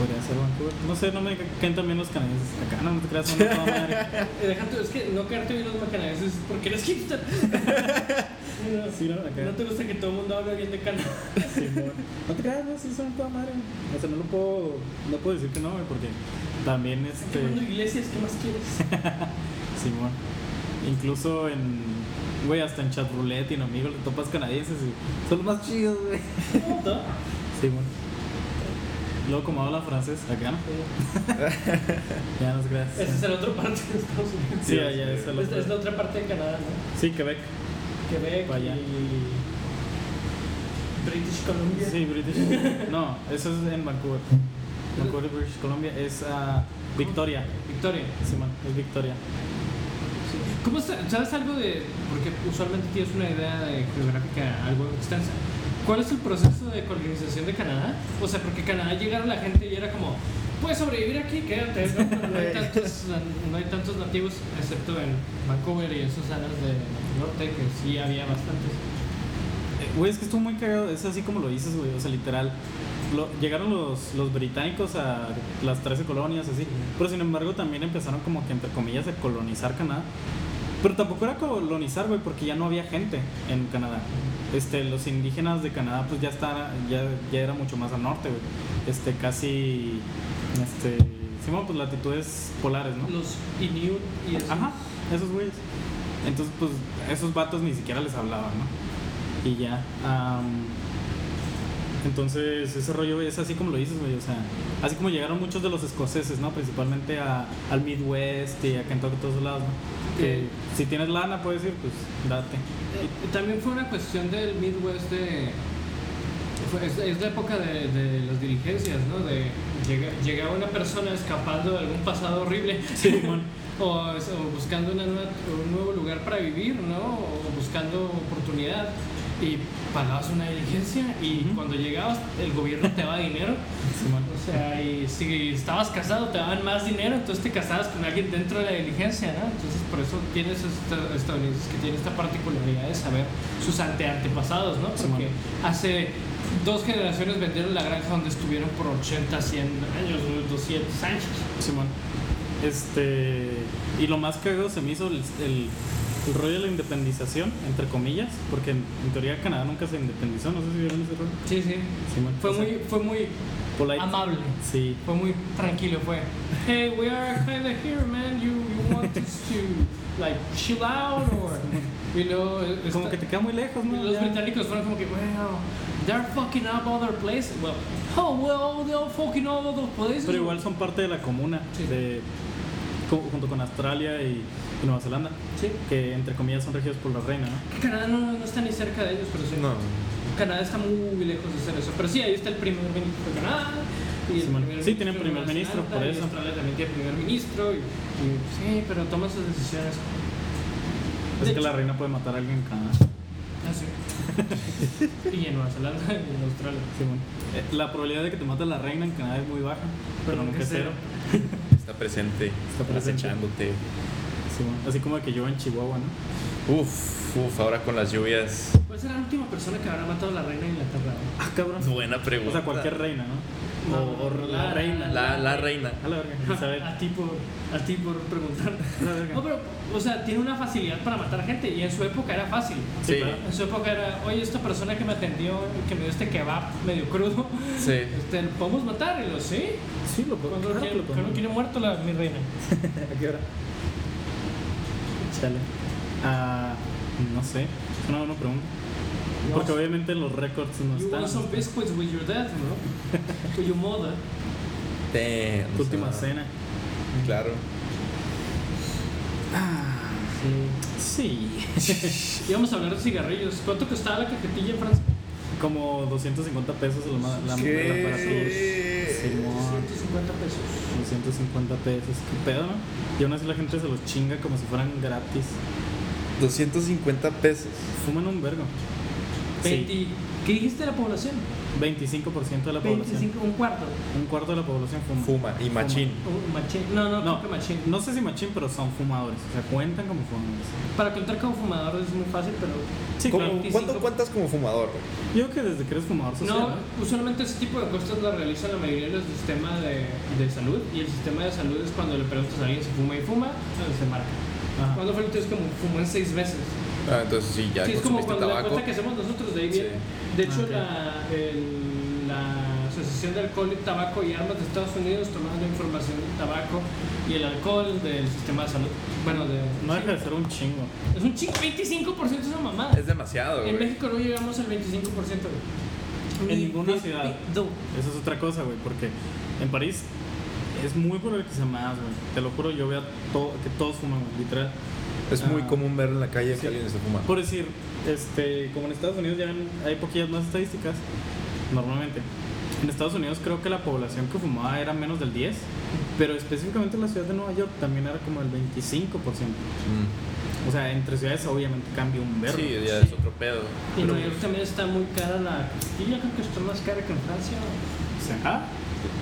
Speaker 1: Podría ser Vancouver. No sé, no me caen también los canadienses acá. No, no te creas, son de toda madre. *laughs*
Speaker 2: Eh, deja tú- es que no quedarte bien los macanaenses es porque eres hipster. no,
Speaker 1: *laughs* Sí, ¿no? Acá.
Speaker 2: no te gusta que todo el mundo hable bien de Canadá.
Speaker 1: Simón. No te creas, no, sí son de toda madre. O sea, no lo puedo, no puedo decir que no, güey, porque también este.
Speaker 2: Fernando Iglesias, ¿qué más quieres?
Speaker 1: Simón. Incluso en. Güey, hasta en chat roulette y en amigos le topas canadienses y son los más chidos, güey.
Speaker 2: ¿No?
Speaker 1: Simón. Luego, como habla francés, acá no. Ya nos
Speaker 2: Esa es
Speaker 1: gracias.
Speaker 2: la otra parte de Estados Unidos.
Speaker 1: Sí, allá es el
Speaker 2: Es, es la
Speaker 1: otro.
Speaker 2: otra parte de Canadá, ¿no?
Speaker 1: Sí, Quebec.
Speaker 2: Quebec
Speaker 1: Para allá.
Speaker 2: y British Columbia.
Speaker 1: Sí, *laughs* British. No, eso es en Vancouver. Vancouver, British Columbia. Es ah, Victoria.
Speaker 2: Victoria.
Speaker 1: Simón, es Victoria.
Speaker 2: ¿Cómo sa- sabes algo de.? Porque usualmente tienes una idea de geográfica algo extensa. ¿Cuál es el proceso de colonización de Canadá? O sea, porque Canadá llegaron la gente y era como, puedes sobrevivir aquí, quédate. No, No hay, tantos, no hay tantos nativos, excepto en Vancouver y en sus áreas del norte, que sí había bastantes.
Speaker 1: Eh, Güey, es que estuvo muy cagado, es así como lo dices, güey, o sea, literal. Lo- llegaron los, los británicos a las 13 colonias, así. Pero sin embargo, también empezaron como que, entre comillas, a colonizar Canadá. Pero tampoco era colonizar, güey, porque ya no había gente en Canadá. Este, los indígenas de Canadá, pues ya está, ya, ya era mucho más al norte, güey. Este, casi, este, sí, bueno, pues latitudes polares, ¿no?
Speaker 2: Los Inuit y eso.
Speaker 1: Ajá, esos güeyes. Entonces, pues, esos vatos ni siquiera les hablaban, ¿no? Y ya. am, entonces, ese rollo es así como lo dices, güey. O sea, así como llegaron muchos de los escoceses, ¿no? Principalmente a- al Midwest y a Kentucky, todos lados, ¿no? Que
Speaker 2: Sí.
Speaker 1: si tienes lana, puedes ir, pues, date.
Speaker 2: Eh, También fue una cuestión del Midwest de... fue- Es, es la época de, de las dirigencias, ¿no? De llega- llegaba una persona escapando de algún pasado horrible o, es- o buscando una nueva- un nuevo lugar para vivir, ¿no? O buscando oportunidad y pagabas una diligencia y
Speaker 1: Ujú.
Speaker 2: cuando llegabas el gobierno te daba dinero.
Speaker 1: Simón.
Speaker 2: O sea, y si estabas casado te daban más dinero, entonces te casabas con alguien dentro de la diligencia, ¿no? Entonces por eso tienes esta- estadounidenses que tienen esta particularidad de saber sus ante antepasados, ¿no? Porque
Speaker 1: Simón.
Speaker 2: hace dos generaciones vendieron la granja donde estuvieron por 80, 100 años, güey, 200 años.
Speaker 1: Simón. Este. Y lo más cagado se me hizo el, el- el rollo de la independización, entre comillas, porque en, en teoría Canadá nunca se independizó, no sé si vieron ese rollo.
Speaker 2: Sí, sí.
Speaker 1: Simón.
Speaker 2: Fue
Speaker 1: O sea,
Speaker 2: muy, fue muy
Speaker 1: polite.
Speaker 2: amable.
Speaker 1: Sí.
Speaker 2: Fue muy tranquilo, fue. Hey, we are kind of here, man. You, you want us to, like, chill out
Speaker 1: *laughs*
Speaker 2: or, you know.
Speaker 1: Como
Speaker 2: esta-
Speaker 1: que te queda muy lejos, ¿no?
Speaker 2: Los
Speaker 1: Ya.
Speaker 2: británicos fueron como que, well, they're fucking up other places. Well, oh, well, they're fucking up other places.
Speaker 1: Pero igual son parte de la comuna,
Speaker 2: Sí.
Speaker 1: de, co- junto con Australia y, y Nueva Zelanda,
Speaker 2: Sí.
Speaker 1: que entre comillas son regidos por la reina, ¿no?
Speaker 2: Canadá no, no está ni cerca de ellos, pero sí.
Speaker 3: No.
Speaker 2: Canadá está muy lejos de ser eso. Pero sí, ahí está el primer ministro de Canadá. Y el
Speaker 1: Simón.
Speaker 2: primer
Speaker 1: Sí,
Speaker 2: ministro
Speaker 1: tienen
Speaker 2: de
Speaker 1: primer
Speaker 2: Nueva
Speaker 1: ministro,
Speaker 2: Zelanda,
Speaker 1: por
Speaker 2: y
Speaker 1: eso.
Speaker 2: Australia también tiene primer ministro. Y, y sí, pero toma sus decisiones.
Speaker 1: Pues Es
Speaker 2: De
Speaker 1: que
Speaker 2: hecho-
Speaker 1: la reina puede matar a alguien en Canadá. *laughs*
Speaker 2: Así. Ah, y en Nueva Zelanda y en Australia.
Speaker 1: Simón. Eh, La probabilidad de que te mate la reina en Canadá es muy baja, pero, nunca es cero.
Speaker 3: Está presente,
Speaker 1: Está presente.
Speaker 3: acechándote.
Speaker 1: Simón. Así como que yo en Chihuahua, ¿no?
Speaker 3: Uf, uf, ahora con las lluvias.
Speaker 2: ¿Cuál será Pues, la última persona que habrá matado a la reina de Inglaterra?
Speaker 1: Ah, cabrón.
Speaker 3: Buena pregunta.
Speaker 1: O sea, cualquier reina, ¿no?
Speaker 2: No,
Speaker 1: O, o
Speaker 2: no,
Speaker 1: la,
Speaker 2: la-
Speaker 1: reina.
Speaker 3: La, la reina.
Speaker 1: A la verga, *laughs* Elizabeth.
Speaker 2: A ti por, a ti por preguntar.
Speaker 1: A la verga.
Speaker 2: No, pero, o sea, tiene una facilidad para matar gente y en su época era fácil.
Speaker 1: Sí,
Speaker 3: Sí,
Speaker 1: claro.
Speaker 2: En su época era, oye, esta persona que me atendió, que me dio este kebab medio crudo, *laughs*
Speaker 3: sí.
Speaker 2: este, ¿lo podemos matar? Y lo, sí.
Speaker 1: Sí, lo puedo.
Speaker 2: Cuando
Speaker 1: claro que
Speaker 2: quiere,
Speaker 1: lo puedo.
Speaker 2: cuando quiere muerto la, mi reina.
Speaker 1: *laughs* ¿A qué hora? Chale. Ah, no sé. Es una buena pregunta. Porque obviamente los récords no
Speaker 2: You want some
Speaker 1: están.
Speaker 2: biscuits with your dad, ¿no? With your mother.
Speaker 3: Damn, o
Speaker 1: Tu última
Speaker 3: sea,
Speaker 1: cena.
Speaker 3: Claro.
Speaker 1: Sí.
Speaker 2: Y vamos a hablar de cigarrillos. ¿Cuánto costaba la cajetilla en Francia?
Speaker 1: Como 250 pesos lo ma- la,
Speaker 3: ¿Qué?
Speaker 1: la para todos. Simón.
Speaker 2: 150 pesos.
Speaker 1: 250 pesos. Qué pedo, ¿no? Y aún así la gente se los chinga como si fueran gratis.
Speaker 3: 250 pesos.
Speaker 1: Fuman un vergo.
Speaker 2: 20. ¿Qué dijiste de la población?
Speaker 1: Sí, 25% de la población.
Speaker 2: 25, un cuarto.
Speaker 1: Un cuarto de la población fuma.
Speaker 3: Fuma y machín.
Speaker 2: Un machín. No, no,
Speaker 1: No,
Speaker 2: creo que machín.
Speaker 1: no sé si machín, pero son fumadores. O sea, cuentan como fumadores.
Speaker 2: Para contar como fumador es muy fácil, pero.
Speaker 1: Sí,
Speaker 3: ¿Cómo-
Speaker 1: claro.
Speaker 2: 25.
Speaker 3: ¿Cuánto cuentas como fumador? güey?
Speaker 1: Yo creo que desde que eres fumador
Speaker 3: Pues
Speaker 1: social.
Speaker 2: No, usualmente ese tipo de cosas las realizan la mayoría del sistema de, de salud. Y el sistema de salud es cuando le preguntas a alguien si fuma y fuma, se marca.
Speaker 1: Ajá.
Speaker 2: Cuando fue el test? Como fumó en seis veces.
Speaker 3: Ah, entonces sí, Ah. ya
Speaker 2: sí, es como
Speaker 3: consumiste
Speaker 2: cuando la
Speaker 3: tabaco.
Speaker 2: cuenta que hacemos nosotros de ahí
Speaker 3: Sí.
Speaker 2: viene. De
Speaker 1: Ah,
Speaker 2: hecho,
Speaker 1: ok.
Speaker 2: la, el- la Asociación de Alcohol, Tabaco y Armas de Estados Unidos tomando información del tabaco y el alcohol del sistema de salud. Bueno, de,
Speaker 1: No deja de ser un chingo.
Speaker 2: es un chingo, 25% es una mamada.
Speaker 3: Es demasiado,
Speaker 2: en
Speaker 3: güey.
Speaker 2: México no llegamos al 25%. güey.
Speaker 1: En
Speaker 2: Ni-
Speaker 1: ninguna
Speaker 2: ni-
Speaker 1: ciudad.
Speaker 2: ni- no.
Speaker 1: Eso es otra cosa, güey, porque en París es muy probable que sea más, güey. Te lo juro, yo veo a to- que todos fuman, güey, literal.
Speaker 3: Es muy
Speaker 1: Ah.
Speaker 3: común ver en la calle que alguien se fuma.
Speaker 1: Por decir, este, como en Estados Unidos ya ven- hay poquillas más estadísticas, normalmente. En Estados Unidos creo que la población que fumaba era menos del 10, pero específicamente en la ciudad de Nueva York también era como el 25%.
Speaker 3: Mm.
Speaker 1: O sea, entre ciudades obviamente cambia un verbo.
Speaker 3: Sí, ya es otro pedo.
Speaker 2: Y en
Speaker 3: Pero,
Speaker 2: Nueva York también está muy cara la costilla, creo que está más cara que en Francia.
Speaker 1: O
Speaker 2: Pues,
Speaker 1: sea, ah,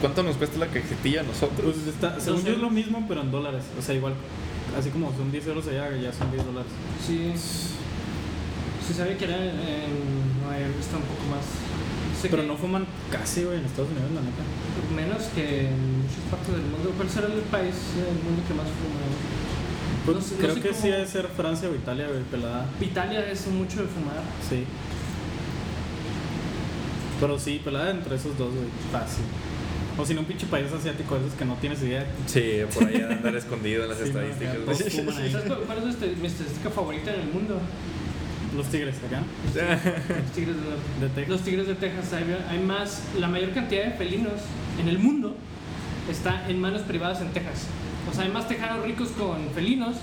Speaker 3: ¿Cuánto nos cuesta la cajetilla a nosotros?
Speaker 1: Pues está, según yo es lo mismo, pero en dólares. O sea, igual, así como son 10 euros allá, ya son 10 dólares.
Speaker 2: Sí. Se sabía que era en, en Nueva York, está un poco más. sé
Speaker 1: Pero
Speaker 2: que-
Speaker 1: no fuman casi, güey, en Estados Unidos, la neta.
Speaker 2: Menos que en muchas partes del mundo. ¿Cuál será el país del mundo que más fuma?
Speaker 1: Pues,
Speaker 2: No sé- no
Speaker 1: creo
Speaker 2: sé
Speaker 1: que
Speaker 2: cómo-
Speaker 1: sí debe ser Francia o Italia, güey, pelada.
Speaker 2: Italia es mucho de fumar.
Speaker 1: Sí. Pero sí, pelada entre esos dos, güey. Fácil. O si no, un pinche país asiático, esos que no tienes idea.
Speaker 3: Sí, por ahí andar escondido en *laughs* las
Speaker 1: Sí, no,
Speaker 3: estadísticas.
Speaker 1: ya,
Speaker 3: güey.
Speaker 1: todos fuman ahí.
Speaker 2: ¿Sabes cuál- cuál es este- mi estadística favorita en el
Speaker 1: *laughs*
Speaker 2: mundo?
Speaker 1: Los tigres acá.
Speaker 2: Los tigres de norte.
Speaker 1: De Texas.
Speaker 2: Los tigres de Texas, hay, hay más, la mayor cantidad de felinos en el mundo está en manos privadas en Texas. O sea, hay más tejanos ricos con felinos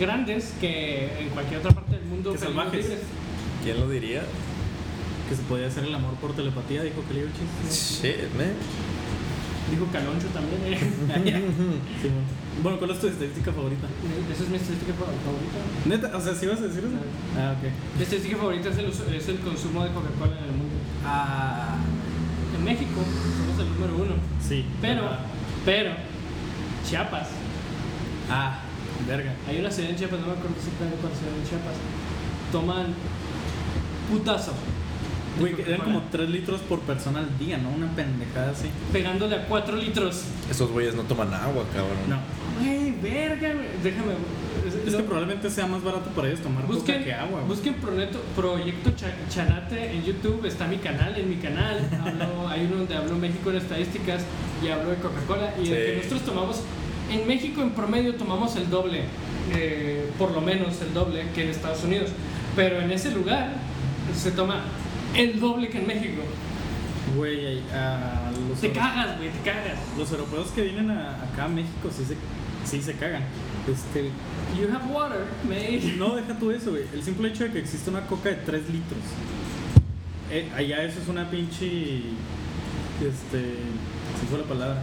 Speaker 2: grandes que en cualquier otra parte del mundo.
Speaker 1: Que
Speaker 2: felinos
Speaker 1: salvajes.
Speaker 2: libres.
Speaker 3: *laughs* ¿Quién lo diría?
Speaker 1: Que se podía hacer el amor por telepatía, dijo
Speaker 2: *laughs*
Speaker 1: Caliuchis.
Speaker 3: Shit, man.
Speaker 2: Dijo Caloncho también. ¿eh? *laughs*
Speaker 1: Sí, bueno. Bueno, ¿cuál es tu estadística favorita?
Speaker 2: Esa es mi estadística fa- favorita.
Speaker 1: Neta, o sea, ¿sí vas a decir eso? Ah, ok.
Speaker 2: Mi estadística favorita es el, uso- es el consumo de Coca-Cola en el mundo.
Speaker 1: Ah,
Speaker 2: En México somos el número uno.
Speaker 1: sí.
Speaker 2: Pero,
Speaker 1: Ah,
Speaker 2: pero, Chiapas.
Speaker 1: ah, verga.
Speaker 2: Hay una ciudad en Chiapas, no me acuerdo exactamente cuál ciudad en Chiapas. Toman putazo. de
Speaker 1: Güey, que eran
Speaker 2: Coca-Cola,
Speaker 1: como 3 litros por persona al día, ¿no? Una pendejada así.
Speaker 2: Pegándole a 4 litros.
Speaker 3: Esos güeyes no toman agua, cabrón.
Speaker 1: No.
Speaker 2: Güey, verga, güey. Déjame. es-
Speaker 1: Es
Speaker 2: lo-
Speaker 1: que probablemente sea más barato para ellos tomar coca
Speaker 2: Busquen,
Speaker 1: que agua. güey.
Speaker 2: busquen Proyecto, proyecto Cha- Chanate en YouTube, está mi canal, en mi
Speaker 1: *laughs*
Speaker 2: canal hablo- hay uno donde hablo México en estadísticas y hablo de Coca-Cola y de
Speaker 3: Sí.
Speaker 2: que nosotros tomamos, en México en promedio tomamos el doble, eh, por lo menos el doble que en Estados Unidos, pero en ese lugar se toma el doble que en México.
Speaker 1: Güey, ahí, ah, los,
Speaker 2: Te
Speaker 1: euro-
Speaker 2: cagas, güey, te cagas.
Speaker 1: los europeos que vienen a- acá a México sí se, sí se cagan. Este,
Speaker 2: You have water, *laughs* mate.
Speaker 1: no deja tú eso, güey. El simple hecho de que existe una coca de 3 litros. Eh, allá eso es una pinche. Este. Se fue la palabra.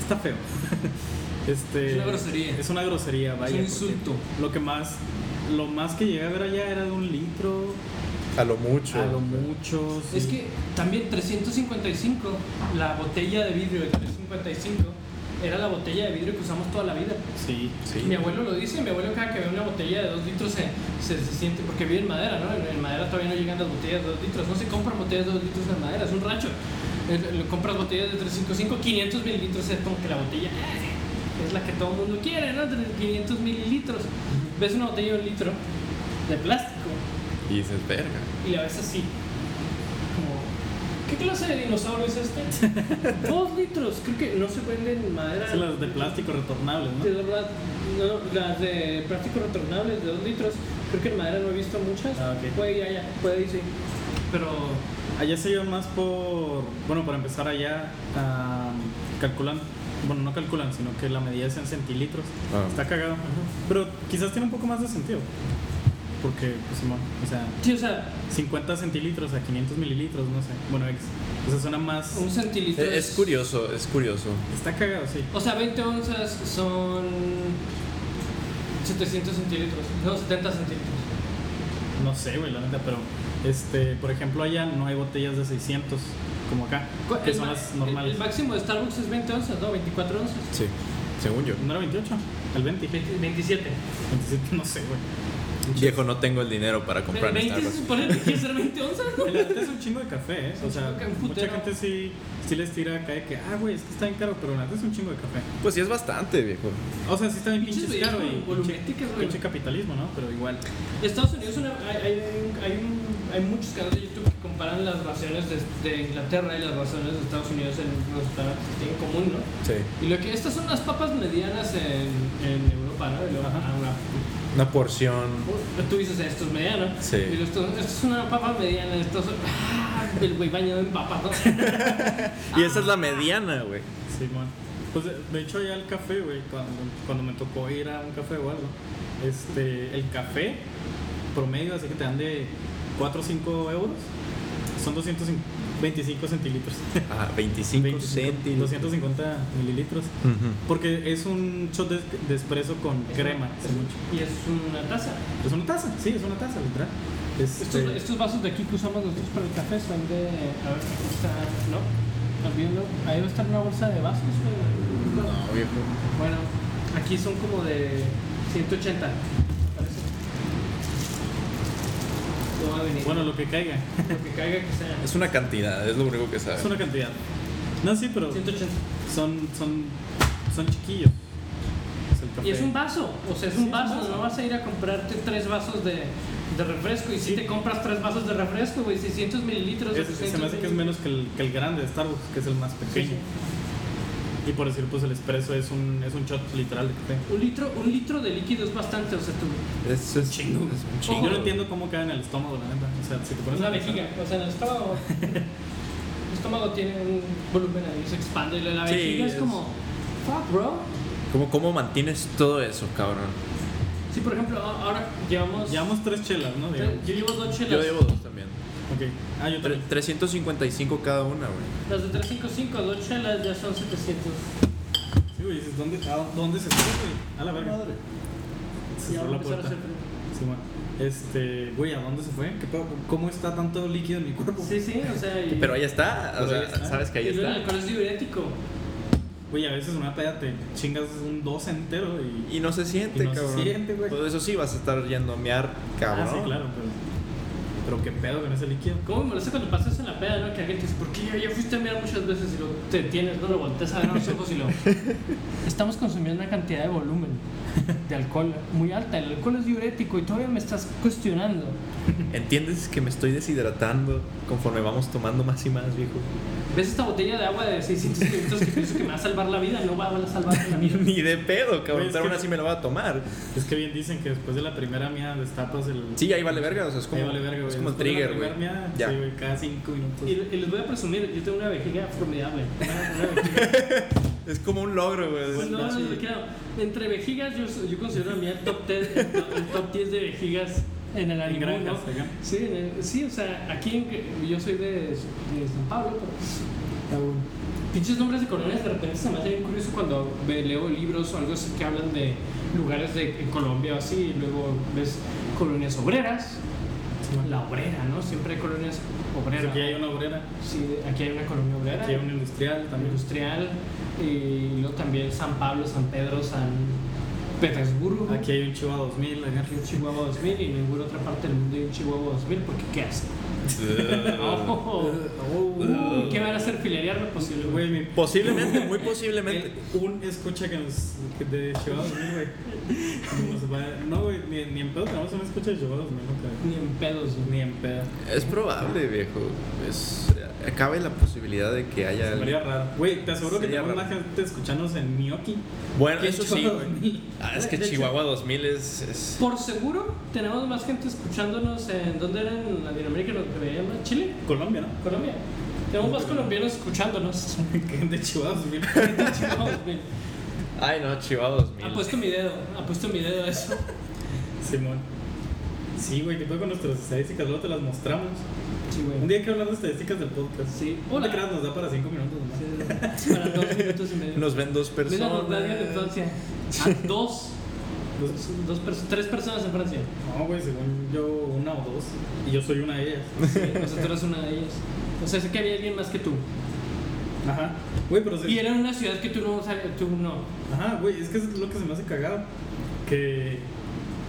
Speaker 1: Está feo. *laughs* Este,
Speaker 2: Es una grosería.
Speaker 1: Es una grosería, vaya.
Speaker 2: un
Speaker 1: porque
Speaker 2: insulto.
Speaker 1: Lo que más. Lo más que llegué a ver allá era de un litro.
Speaker 3: A lo mucho.
Speaker 1: A lo mucho. sí.
Speaker 2: Es que también 355, la botella de vidrio de 355, era la botella de vidrio que usamos toda la vida.
Speaker 1: Sí.
Speaker 3: Sí.
Speaker 2: Mi abuelo lo dice, mi abuelo cada que ve una botella de 2 litros se, se, se siente, porque vive en madera, ¿no? En, en madera todavía no llegan las botellas de 2 litros, no se compran botellas de 2 litros en madera, es un rancho. Eh, lo compras botellas de 355, 500 mililitros es como que la botella ah, es la que todo el mundo quiere, ¿no? 500 mililitros. Ves una botella de un litro de plástico
Speaker 3: Y dices, verga.
Speaker 2: y la ves así. Como, ¿qué clase de dinosaurio es
Speaker 1: *laughs*
Speaker 2: este? Dos litros, creo que no se venden en madera.
Speaker 1: Son las de plástico retornables, ¿no?
Speaker 2: De dos lat- no, las de plástico retornables de dos litros, creo que en madera no he visto muchas.
Speaker 1: Ah, ok.
Speaker 2: Puede ir allá, puede ir sí. Pero
Speaker 1: Allá se llevan más por, bueno, para empezar allá, ah, calculan, bueno, no calculan, sino que la medida es en centilitros.
Speaker 3: Ah.
Speaker 1: Está cagado. Pero quizás tiene un poco más de sentido. Porque, pues, Simón, o sea,
Speaker 2: sí, o sea,
Speaker 1: 50 centilitros a 500 mililitros, no sé. Bueno, X. O sea, suena más...
Speaker 2: un centilitro.
Speaker 3: Es, es curioso, es curioso.
Speaker 1: Está cagado, sí.
Speaker 2: O sea, 20 onzas son 700 centilitros, no, 70 centilitros.
Speaker 1: No sé, güey, la neta, pero, este, por ejemplo, allá no hay botellas de 600, como acá,
Speaker 2: ¿Cuál-
Speaker 1: que
Speaker 2: el
Speaker 1: son
Speaker 2: ma-
Speaker 1: las
Speaker 2: el-
Speaker 1: normales.
Speaker 2: El máximo de Starbucks es 20 onzas, no, 24 onzas.
Speaker 3: Sí, según yo.
Speaker 1: ¿No era 28? ¿El 20?
Speaker 2: 20 27.
Speaker 1: 27, no sé, güey.
Speaker 3: Viejo, no tengo el dinero para comprar
Speaker 2: Pero 20 se
Speaker 3: Starbucks.
Speaker 2: supone que quiere ser 20 onzas, ¿no?
Speaker 1: El arte es un chingo de café, ¿eh? O
Speaker 2: Un
Speaker 1: sea,
Speaker 2: chingo que un
Speaker 1: mucha
Speaker 2: putero.
Speaker 1: gente sí, sí les tira acá de que, ah, güey, es que está bien caro, pero el arte es un chingo de café.
Speaker 3: Pues sí, es bastante, viejo.
Speaker 1: O sea, sí está bien pinche
Speaker 2: Pinches
Speaker 1: caro
Speaker 2: bebidas
Speaker 1: y
Speaker 2: volumétricas,
Speaker 1: pinche,
Speaker 2: güey.
Speaker 1: pinche capitalismo, ¿no? Pero igual.
Speaker 2: Estados Unidos una- hay, hay un- hay un- hay muchos canales de YouTube que comparan las raciones de, de Inglaterra y las raciones de Estados Unidos en los restaurantes que tienen en común, ¿no?
Speaker 3: Sí.
Speaker 2: Y lo que estas son las papas medianas en, en Europa, ¿no? Y luego,
Speaker 1: Ajá.
Speaker 2: ah, una- uh,
Speaker 3: Una porción.
Speaker 2: Tú dices, esto es mediano.
Speaker 3: Sí.
Speaker 2: Y luego esto, esto es una papa mediana. Esto es, ah, el güey bañado en papas, ¿no?
Speaker 3: Y esa es la mediana, güey.
Speaker 1: Sí, man. Pues de, de hecho, allá el café, güey, cuando, cuando me tocó ir a un café o algo, este, el café promedio, así que te dan de 4 o 5 euros, son 225 centilitros. *laughs*
Speaker 3: Ah, 25, 200.
Speaker 1: 250 mililitros. Porque es un shot de, de espresso con crema.
Speaker 2: Es mucho. Y es una taza.
Speaker 1: Es una taza, sí, es una taza, literal.
Speaker 2: Estos,
Speaker 1: Este,
Speaker 2: estos vasos de aquí que usamos nosotros para el café son de. A ver, aquí está. ¿No? Olvídalo. Ahí va a estar una bolsa de vasos. güey.
Speaker 3: No, viejo.
Speaker 2: Bueno, aquí son como de 180. Parece. No va a venir.
Speaker 1: bueno, lo que caiga.
Speaker 2: lo que caiga que sea.
Speaker 3: Es una cantidad, es lo único que
Speaker 1: Es
Speaker 3: sabes.
Speaker 1: una cantidad. No, sí, pero
Speaker 2: 180.
Speaker 1: son, son, son chiquillos. O sea, café.
Speaker 2: Y es un vaso, o sea, es
Speaker 1: Sí,
Speaker 2: un vaso, no vas a ir a comprarte tres vasos de, de refresco. Y si
Speaker 1: Sí.
Speaker 2: te compras tres vasos de refresco, güey, 600 mililitros.
Speaker 1: Es- se me hace que es menos que el, que el grande de Starbucks, que es el más pequeño. Y por decir, pues el espresso es un, es un shot literal de café.
Speaker 2: Un litro, un litro de líquido es bastante, o sea, tú.
Speaker 3: Es, es-
Speaker 1: Chingo.
Speaker 3: es
Speaker 1: Yo
Speaker 3: un chingo.
Speaker 1: no entiendo cómo cae en el estómago, la neta. O sea, si te pones
Speaker 2: Es la
Speaker 1: a pensar-
Speaker 2: vejiga, o sea, en el
Speaker 3: *laughs*
Speaker 2: estómago. el estómago tiene un volumen ahí, se expande. y La
Speaker 3: Sí,
Speaker 2: vejiga es,
Speaker 3: es-
Speaker 2: como, fuck, bro.
Speaker 3: ¿Cómo, ¿Cómo mantienes todo eso, cabrón?
Speaker 2: Sí, por ejemplo, a- ahora llevamos.
Speaker 1: Llevamos tres chelas, ¿no?
Speaker 2: yo
Speaker 1: Digamos.
Speaker 2: llevo dos chelas.
Speaker 3: Yo llevo dos también.
Speaker 1: Ok. Ah, yo
Speaker 3: Tre-
Speaker 1: también.
Speaker 3: 355 cada una, güey.
Speaker 2: Las de 355, dos chelas ya son 700.
Speaker 1: Sí, güey, dices, ¿dónde, a ¿dónde se fue, güey? A la verga. Se
Speaker 2: Ya
Speaker 1: cerró
Speaker 2: voy a
Speaker 1: la
Speaker 2: empezar a
Speaker 1: puerta.
Speaker 2: hacer
Speaker 1: Sí, bueno. Este, güey, ¿a dónde se fue? ¿Qué pedo? ¿Cómo está tanto líquido en mi cuerpo?
Speaker 2: Sí, sí, o sea. Y,
Speaker 3: Pero ahí está, o
Speaker 1: Pero
Speaker 3: sea,
Speaker 1: ahí está.
Speaker 3: sabes que ahí
Speaker 2: y luego
Speaker 3: está.
Speaker 2: el alcohol es diurético.
Speaker 1: Güey, a veces en una peda te chingas un dos entero y.
Speaker 3: Y no se siente,
Speaker 1: Y no se
Speaker 3: cabrón.
Speaker 1: siente, güey.
Speaker 3: Pues eso sí, vas a estar yendo a mear, cabrón.
Speaker 1: Ah, sí, claro, pero. Pero qué pedo con ese líquido.
Speaker 2: ¿Cómo me molesta cuando pasas en la peda, no? Que alguien te dice, ¿por qué yo ya fuiste a mirar muchas veces y lo te tienes, no lo volteas a ver a los ojos y lo. *laughs* Estamos consumiendo una cantidad de volumen *laughs* de alcohol muy alta. El alcohol es diurético y todavía me estás cuestionando.
Speaker 3: ¿Entiendes que me estoy deshidratando conforme vamos tomando más y más, viejo? *laughs*
Speaker 2: ¿Ves esta botella de agua de 600 mililitros que pienso que me va a salvar la vida? No va a salvar la *laughs* vida.
Speaker 3: Ni de pedo,
Speaker 1: Güey,
Speaker 3: cabrón.
Speaker 1: es
Speaker 3: Pero aún
Speaker 1: que-
Speaker 3: así me lo va a tomar.
Speaker 1: Es que bien dicen que después de la primera mía destapas el.
Speaker 3: Sí, ahí vale verga, o sea, es como,
Speaker 1: Ahí vale verga, güey.
Speaker 3: es como el
Speaker 1: Después de la
Speaker 3: trigger, güey.
Speaker 1: primera miada,
Speaker 3: Ya.
Speaker 1: Sí, güey, cada cinco minutos.
Speaker 2: Y, y les voy a presumir, yo tengo una vejiga formidable. Una-
Speaker 1: *laughs*
Speaker 2: una vejiga
Speaker 3: Es como un logro, güey. *laughs*
Speaker 2: Pues no, no, no, claro. Entre vejigas, yo, yo considero a mí el top 10, el top- el top 10 de vejigas en el animal,
Speaker 1: granjas, acá.
Speaker 2: Sí, en el- sí, o sea, aquí en- yo soy de, de San Pablo, pero. Pinches nombres de colonias, de repente se me hace bien curioso cuando ve- leo libros o algo así que hablan de lugares de en Colombia o así, y luego ves colonias obreras. La obrera, ¿no? Siempre hay colonias
Speaker 1: Pues
Speaker 2: obreras.
Speaker 1: aquí hay una obrera,
Speaker 2: Sí, aquí hay una colonia obrera.
Speaker 1: aquí hay un industrial también.
Speaker 2: Industrial, y luego también San Pablo, San Pedro, San Petersburgo.
Speaker 1: Aquí hay un Chihuahua 2000, acá.
Speaker 2: Aquí en Chihuahua 2000 y en ninguna otra parte del mundo hay un Chihuahua 2000 porque ¿qué hace? Oh, uh, ¿Qué van a hacer? Pues Filerear lo posible,
Speaker 1: Güey,
Speaker 2: güey.
Speaker 1: mi
Speaker 3: oh. Posiblemente, muy posiblemente.
Speaker 1: El- un escucha que nos que de Chihuahua 2000, güey. Nos va- No, güey, ni, ni en pedo tenemos un escucha de Chihuahua 2000, no creo.
Speaker 2: Ni en pedos, güey.
Speaker 1: Ni en pedo.
Speaker 3: Es probable, viejo. Es, cabe la posibilidad de que haya.
Speaker 1: Se me
Speaker 3: alguien-
Speaker 1: haría raro. Güey, te aseguro que
Speaker 3: Sería
Speaker 1: tenemos más
Speaker 3: raro.
Speaker 1: gente escuchándonos en Miyoki.
Speaker 3: Bueno,
Speaker 1: que en
Speaker 3: eso sí,
Speaker 1: Chihuahua
Speaker 3: güey.
Speaker 1: 2000.
Speaker 3: Ah, es que
Speaker 1: De hecho,
Speaker 3: Chihuahua 2000 es. es-
Speaker 2: Por seguro, tenemos más gente escuchándonos en. ¿Dónde era en Latinoamérica lo que veían más? ¿Chile?
Speaker 1: Colombia, ¿no? *laughs*
Speaker 2: ¿Colombia? Tenemos más colombianos escuchándonos.
Speaker 1: Que gente de Chihuahua 2000.
Speaker 2: Chihuahua 2000.
Speaker 3: Ay, no, Chihuahua 2000.
Speaker 1: Ah, pues,
Speaker 2: Apuesto mi dedo, apuesto mi dedo a eso.
Speaker 1: *laughs* Simón. Sí, güey, que fue con nuestras estadísticas, luego te las mostramos.
Speaker 2: Sí,
Speaker 1: Un día hay que hablar de estadísticas del podcast.
Speaker 2: Sí.
Speaker 1: No
Speaker 2: Hola.
Speaker 1: te creas, nos da para 5 minutos nomás.
Speaker 2: Sí, Para dos minutos y medio.
Speaker 3: Nos ven dos
Speaker 2: Mira los radios de
Speaker 3: personas.
Speaker 2: Francia. Ah, dos.
Speaker 1: Los-
Speaker 2: dos perso- tres personas en Francia.
Speaker 1: No, güey, según yo, una o dos. Y yo soy una de ellas.
Speaker 2: Sí, o sea, tú eres una de ellas. O sea, sé que había alguien más que tú.
Speaker 1: Ajá. Güey, pero se-
Speaker 2: Y era una ciudad que tú no sabes, tú no.
Speaker 1: Ajá, güey, es que eso es lo que se me hace cagado. Que.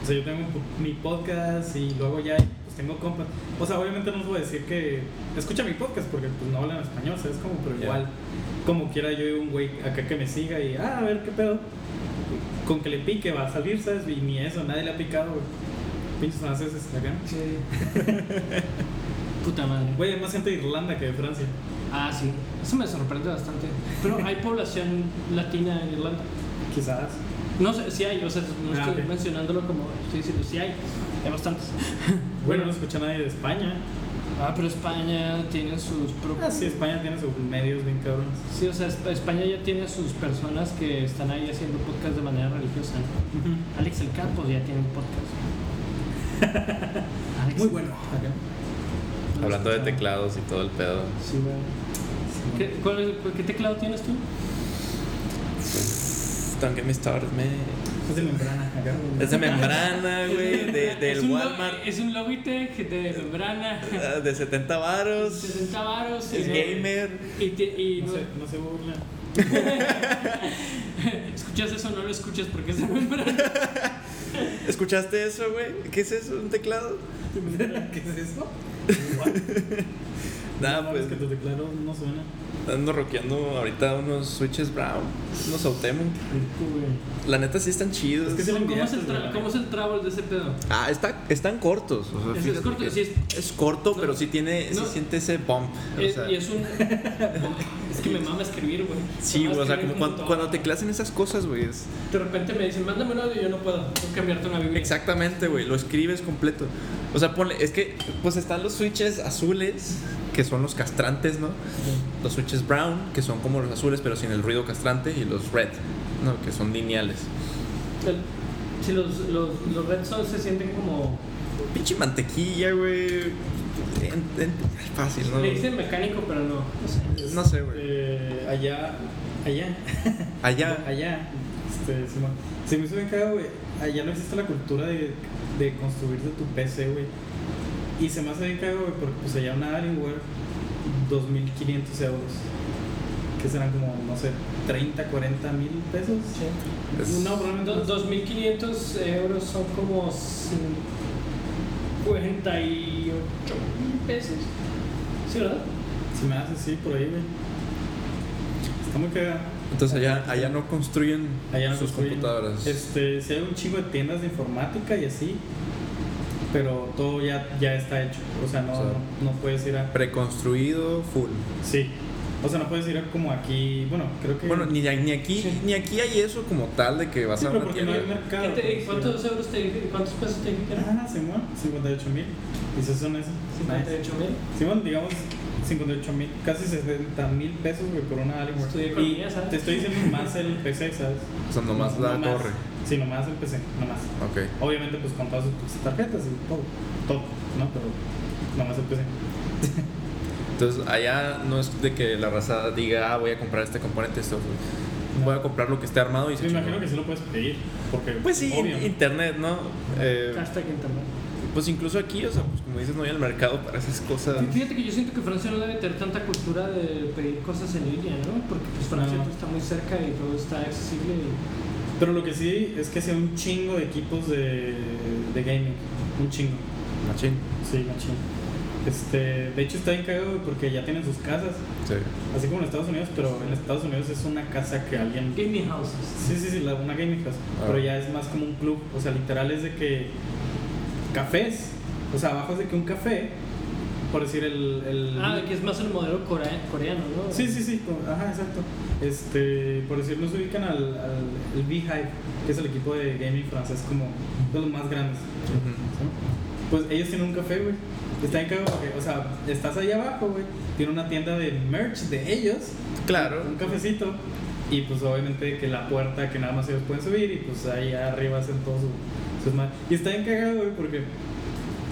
Speaker 1: O sea, yo tengo po- mi podcast y luego ya pues tengo compas. O sea, obviamente no les voy a decir que escucha mi podcast porque pues no hablan español, ¿sabes? Como, pero
Speaker 3: Ya.
Speaker 1: igual, como quiera yo un güey acá que me siga y, ah, a ver qué pedo. Con que le pique va a salir, ¿sabes? Y ni eso, nadie le ha picado, güey. Pinches franceses acá.
Speaker 2: Sí. *laughs* Puta madre.
Speaker 1: Güey, hay más gente de Irlanda que de Francia.
Speaker 2: Ah, sí. Eso me sorprende bastante. Pero
Speaker 1: *laughs*
Speaker 2: hay población latina en Irlanda.
Speaker 1: Quizás.
Speaker 2: No sé si hay, o sea, no
Speaker 1: Ah,
Speaker 2: estoy
Speaker 1: ok.
Speaker 2: mencionándolo como estoy diciendo, si hay. Hay bastantes.
Speaker 1: Bueno, no escucha nadie de España.
Speaker 2: Ah, pero España tiene sus propios.
Speaker 1: Ah, sí, España tiene sus medios bien cabrones.
Speaker 2: Sí, o sea, Esp- España ya tiene sus personas que están ahí haciendo podcast de manera religiosa. ¿no? Alex el Campos ya tiene un podcast.
Speaker 1: *laughs*
Speaker 2: Alex-
Speaker 1: Muy bueno. Acá.
Speaker 3: Hablando de teclados y todo el pedo.
Speaker 2: Sí, güey. ¿Qué, cuál es- cu- qué teclado tienes tú?
Speaker 3: Don't get me started, man.
Speaker 1: Es de membrana acá.
Speaker 3: Es de membrana, güey. De,
Speaker 2: Es
Speaker 3: del
Speaker 2: un lo-
Speaker 3: Walmart.
Speaker 2: Es un Logitech de
Speaker 3: *laughs*
Speaker 2: membrana.
Speaker 3: ah, De 70 varos.
Speaker 2: 60 varos.
Speaker 3: Es
Speaker 2: y-
Speaker 3: gamer.
Speaker 2: Y, te- y
Speaker 1: No
Speaker 2: no- *laughs*
Speaker 1: se, no se
Speaker 3: *laughs*
Speaker 1: burla.
Speaker 2: escuchas eso o no lo escuchas porque es de membrana.
Speaker 3: ¿Escuchaste eso, güey? ¿Qué es eso? ¿Un teclado?
Speaker 1: ¿Qué es eso?
Speaker 3: Nada,
Speaker 1: No,
Speaker 3: pues.
Speaker 1: Es que tu teclado no suena.
Speaker 3: Ando rockeando ahorita unos switches brown, unos Autemo.
Speaker 1: Rico, güey.
Speaker 3: La neta sí están chidos.
Speaker 1: Es que sí lo
Speaker 2: ¿Cómo es, el
Speaker 1: enviaste,
Speaker 2: tra-
Speaker 1: güey.
Speaker 2: ¿Cómo es el travel de ese pedo?
Speaker 3: Ah, está, están cortos. o sea,
Speaker 2: Es- es
Speaker 3: fíjate
Speaker 2: corto,
Speaker 3: que
Speaker 2: sí, es-
Speaker 3: es corto,
Speaker 2: no.
Speaker 3: pero sí tiene,
Speaker 2: No.
Speaker 3: sí siente ese bump. o
Speaker 2: Eh,
Speaker 3: sea.
Speaker 2: y es un. *laughs* es que me mama escribir, güey.
Speaker 3: Sí,
Speaker 2: Me
Speaker 3: güey,
Speaker 2: mama
Speaker 3: o sea,
Speaker 2: escribir
Speaker 3: como cuando,
Speaker 2: todo.
Speaker 3: cuando teclas en esas cosas, güey. es-
Speaker 2: De repente me dicen, mándame un audio y yo no puedo. Tengo que cambiarte una Biblia.
Speaker 3: Exactamente, güey, lo escribes completo. O sea, ponle, es que, pues están los switches azules, que son los castrantes, ¿no? Los switches brown, que son como los azules, pero sin el ruido castrante, y los red, ¿no? Que son lineales.
Speaker 2: El- Si los, los, los Red Sox se sienten como.
Speaker 3: Pinche mantequilla, güey. En- en- Fácil, ¿no?
Speaker 2: Le dicen mecánico, pero no. No sé.
Speaker 3: No sé, güey.
Speaker 1: Eh, allá. Allá.
Speaker 3: Allá.
Speaker 1: Allá. Este, se, me, se me hizo bien cagado, güey. Allá no existe la cultura de, de construirte tu PC, güey. Y se me hace bien cagado, güey, porque pues allá una Alienware, 2.500 euros. Que serán como, no sé, 30, 40 mil pesos.
Speaker 3: Es-
Speaker 1: No, probablemente.
Speaker 2: Do- 2.500 euros son como 58 mil pesos. ¿Sí, verdad?
Speaker 1: Si me hace así por ahí, güey. Está muy cagado.
Speaker 3: Entonces allá, allá no construyen
Speaker 1: Allá no
Speaker 3: sus
Speaker 1: construyen.
Speaker 3: computadoras.
Speaker 1: Este, sí hay un chingo de tiendas de informática y así, pero todo ya, ya está hecho. O sea, no,
Speaker 3: O sea,
Speaker 1: no, no puedes ir a.
Speaker 3: Preconstruido full.
Speaker 1: Sí. O sea, no puedes ir a como aquí. Bueno, creo que.
Speaker 3: Bueno, ni, ni aquí
Speaker 2: Sí.
Speaker 3: ni aquí hay eso como tal de que vas
Speaker 1: sí,
Speaker 3: a
Speaker 1: pero
Speaker 3: una
Speaker 1: porque no
Speaker 3: tienda.
Speaker 1: hay mercado.
Speaker 2: ¿Qué te-
Speaker 1: pues,
Speaker 2: ¿Cuántos
Speaker 1: sí.
Speaker 2: euros te dije? ¿Cuántos pesos te dije que eran?
Speaker 1: Ah, Simón, 58 mil. ¿Y si son esos? Nice.
Speaker 2: 58 mil.
Speaker 1: Simón, digamos 58 mil, casi 60 mil pesos, güey, por una Alienware.
Speaker 2: Estudié
Speaker 1: y
Speaker 2: economía, ¿sabes?
Speaker 1: te estoy diciendo más el PC, ¿sabes?
Speaker 3: O sea, nomás
Speaker 1: No
Speaker 3: la
Speaker 1: más.
Speaker 3: torre.
Speaker 1: Sí, nomás el PC, nomás.
Speaker 3: Ok.
Speaker 1: Obviamente, pues con todas sus tarjetas y todo, todo, ¿no? Pero nomás el PC.
Speaker 3: Entonces allá no es de que la raza diga, ah, voy a comprar este componente, esto. Voy a comprar lo que esté armado y se
Speaker 1: Me imagino
Speaker 3: chingó.
Speaker 1: que sí lo puedes pedir, porque.
Speaker 3: Pues sí,
Speaker 1: obvio, ¿no?
Speaker 3: internet, ¿no? Eh,
Speaker 2: Hashtag internet.
Speaker 3: pues incluso aquí, o sea, pues como dices, no hay al mercado para esas
Speaker 1: Ah.
Speaker 3: cosas.
Speaker 2: Fíjate que yo siento que Francia no debe tener tanta cultura de pedir cosas en línea, ¿no? Porque pues Francia
Speaker 1: No.
Speaker 2: todo está muy cerca y todo está accesible. y-
Speaker 1: Pero lo que sí es que hacía un chingo de equipos de, de gaming. Un chingo.
Speaker 3: Machín.
Speaker 1: Sí, machín. Este, de hecho, está bien cagado güey, porque ya tienen sus casas,
Speaker 3: Sí.
Speaker 1: así como en Estados Unidos, pero en Estados Unidos es una casa que alguien.
Speaker 2: Gaming houses.
Speaker 1: Sí, sí, sí, la, una gaming house.
Speaker 3: Ah.
Speaker 1: Pero ya es más como un club. O sea, literal es de que. Cafés. O sea, abajo es de que un café. Por decir el. el
Speaker 2: Ah, que es más el modelo corea- coreano, ¿no?
Speaker 1: Sí, sí, sí, con- ajá, exacto. Este, por decir, nos ubican al, al el Beehive, que es el equipo de gaming francés como de los más grandes.
Speaker 3: Ujú.
Speaker 1: ¿sí? Pues ellos tienen un café, güey. Está en cagado porque, o sea, estás ahí abajo, güey. Tiene una tienda de merch de ellos,
Speaker 3: Claro.
Speaker 1: un cafecito. Y pues obviamente que la puerta que nada más ellos pueden subir y pues ahí arriba hacen todo su, sus ma- Y está bien cagado, güey, porque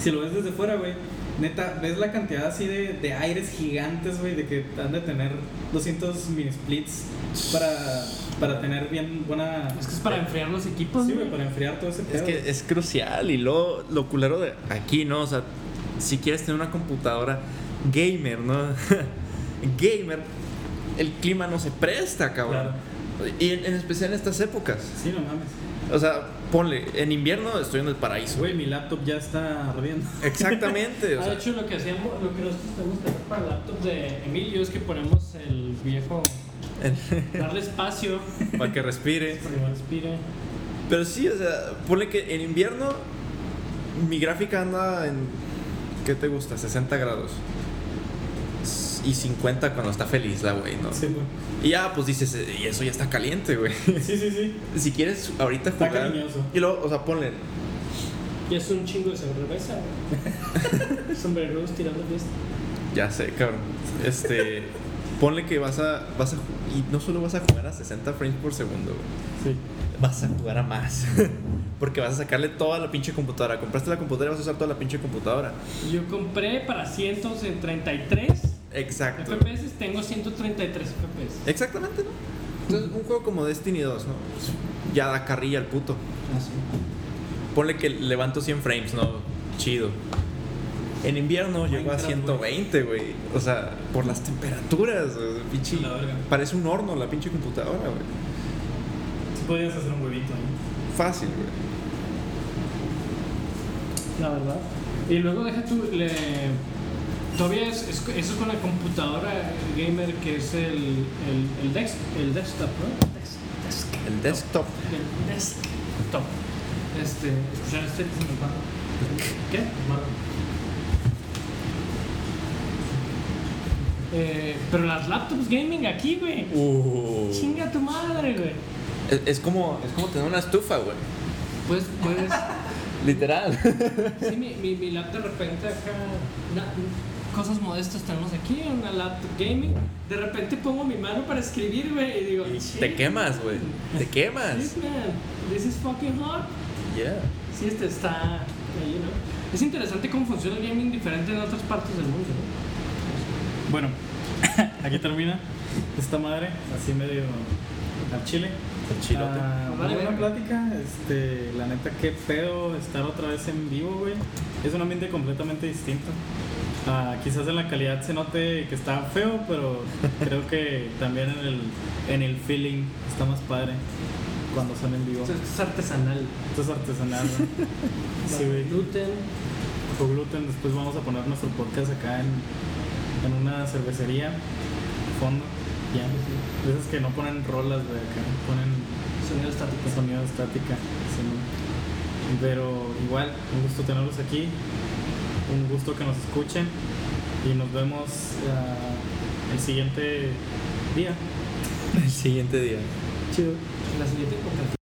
Speaker 1: si lo ves desde fuera, güey, neta, ves la cantidad así de, de aires gigantes, güey, de que han de tener 200 mini splits para, para tener bien buena...
Speaker 2: Es que es para enfriar los equipos.
Speaker 1: Sí,
Speaker 2: ¿no?
Speaker 1: güey, para enfriar todo ese pedo.
Speaker 3: Es que es crucial y luego lo culero de aquí, ¿no? O sea, si quieres tener una computadora gamer, ¿no? *laughs* gamer, el clima no se presta, cabrón. Y en, en especial en estas épocas.
Speaker 1: Sí, no mames.
Speaker 3: O sea, ponle, en invierno estoy en el paraíso.
Speaker 1: Güey, mi laptop ya está ardiendo. *laughs*
Speaker 3: Exactamente. o
Speaker 2: Ah,
Speaker 3: sea,
Speaker 2: de hecho, lo que hacíamos, lo que nosotros tenemos que hacer para el laptop de Emilio es que ponemos el viejo. darle espacio
Speaker 3: para que respire.
Speaker 2: para que respire.
Speaker 3: Pero sí, o sea, ponle que en invierno mi gráfica anda en, ¿qué te gusta? 60 grados. Y 50 cuando está feliz la güey, ¿no?
Speaker 1: Sí, güey.
Speaker 3: Y ya, pues dices, eh, y eso ya está caliente, güey. *laughs*
Speaker 1: Sí, sí, sí.
Speaker 3: Si quieres ahorita
Speaker 1: Está
Speaker 3: jugar.
Speaker 1: cariñoso.
Speaker 3: Y luego, o sea, ponle.
Speaker 2: Y es un chingo de cerveza,
Speaker 3: *laughs*
Speaker 2: güey. Sombreros tirando fiesta.
Speaker 3: Ya sé, cabrón.
Speaker 1: *laughs*
Speaker 3: Este. ponle que vas a. Vas a ju- y no solo vas a jugar a 60 frames por segundo, güey.
Speaker 1: Sí.
Speaker 3: Vas a jugar a más. *laughs* Porque vas a sacarle toda la pinche computadora. Compraste la computadora y vas a usar toda la pinche computadora.
Speaker 2: Yo compré para 133
Speaker 3: Exacto.
Speaker 2: FPS, tengo 133 FPS.
Speaker 3: Eh. Exactamente, ¿no? Entonces, un juego como Destiny 2, ¿no? Pues, Ya da carrilla al puto.
Speaker 2: Ah,
Speaker 3: Ponle que levanto 100 frames, ¿no? Chido. En invierno llegó a
Speaker 1: Minecraft,
Speaker 3: 120, güey. O sea, por las temperaturas, güey, pinche.
Speaker 1: La verga.
Speaker 3: Parece un horno la pinche computadora, güey.
Speaker 1: Sí podrías hacer un huevito ahí.
Speaker 3: Fácil, güey.
Speaker 2: la verdad. Y luego deja tú, le- todavía es, es- eso es con la computadora gamer que es el, el, el, desk- el desktop, ¿no?
Speaker 3: El desktop.
Speaker 2: El desktop. Este, escuchar este se me va. ¿Qué? Malo. Eh, pero las laptops gaming aquí, güey.
Speaker 3: Uh.
Speaker 2: Chinga tu madre, güey.
Speaker 3: Es, es como, es como tener una estufa, güey.
Speaker 2: Pues, pues.
Speaker 3: Literal.
Speaker 2: Sí, mi, mi, mi laptop de repente acá. na- cosas modestas tenemos aquí, una laptop gaming. De repente pongo mi mano para escribir, güey, y digo.
Speaker 3: Te quemas, güey. Te
Speaker 2: Shit,
Speaker 3: quemas.
Speaker 2: man. This is fucking hot.
Speaker 3: Yeah.
Speaker 2: Sí, este está ahí, ¿no? Es interesante cómo funciona el gaming diferente en otras partes del mundo, ¿no?
Speaker 1: Bueno, *laughs* aquí termina esta madre, así medio al chile.
Speaker 3: El chilote.
Speaker 1: Ah,
Speaker 2: Vale,
Speaker 1: buena
Speaker 2: verga.
Speaker 1: plática, este, la neta, qué pedo estar otra vez en vivo, güey. Es un ambiente completamente distinto. Ah, quizás en la calidad se note que está feo, pero creo que también en el, en el feeling está más padre cuando son en vivo.
Speaker 2: Esto esto es artesanal.
Speaker 1: Esto es artesanal, ¿no?
Speaker 2: *laughs*
Speaker 1: Sí, güey.
Speaker 2: Gluten.
Speaker 1: Bajo gluten, después vamos a poner nuestro podcast acá en, en una cervecería, fondo, ya. De esas que no ponen rolas, güey, acá ponen
Speaker 2: Sonido estático.
Speaker 1: sonido estática. sí, ¿no? Pero igual, un gusto tenerlos aquí, un gusto que nos escuchen y nos vemos ah, el siguiente día.
Speaker 3: El siguiente día.
Speaker 1: Chido.
Speaker 2: La siguiente época.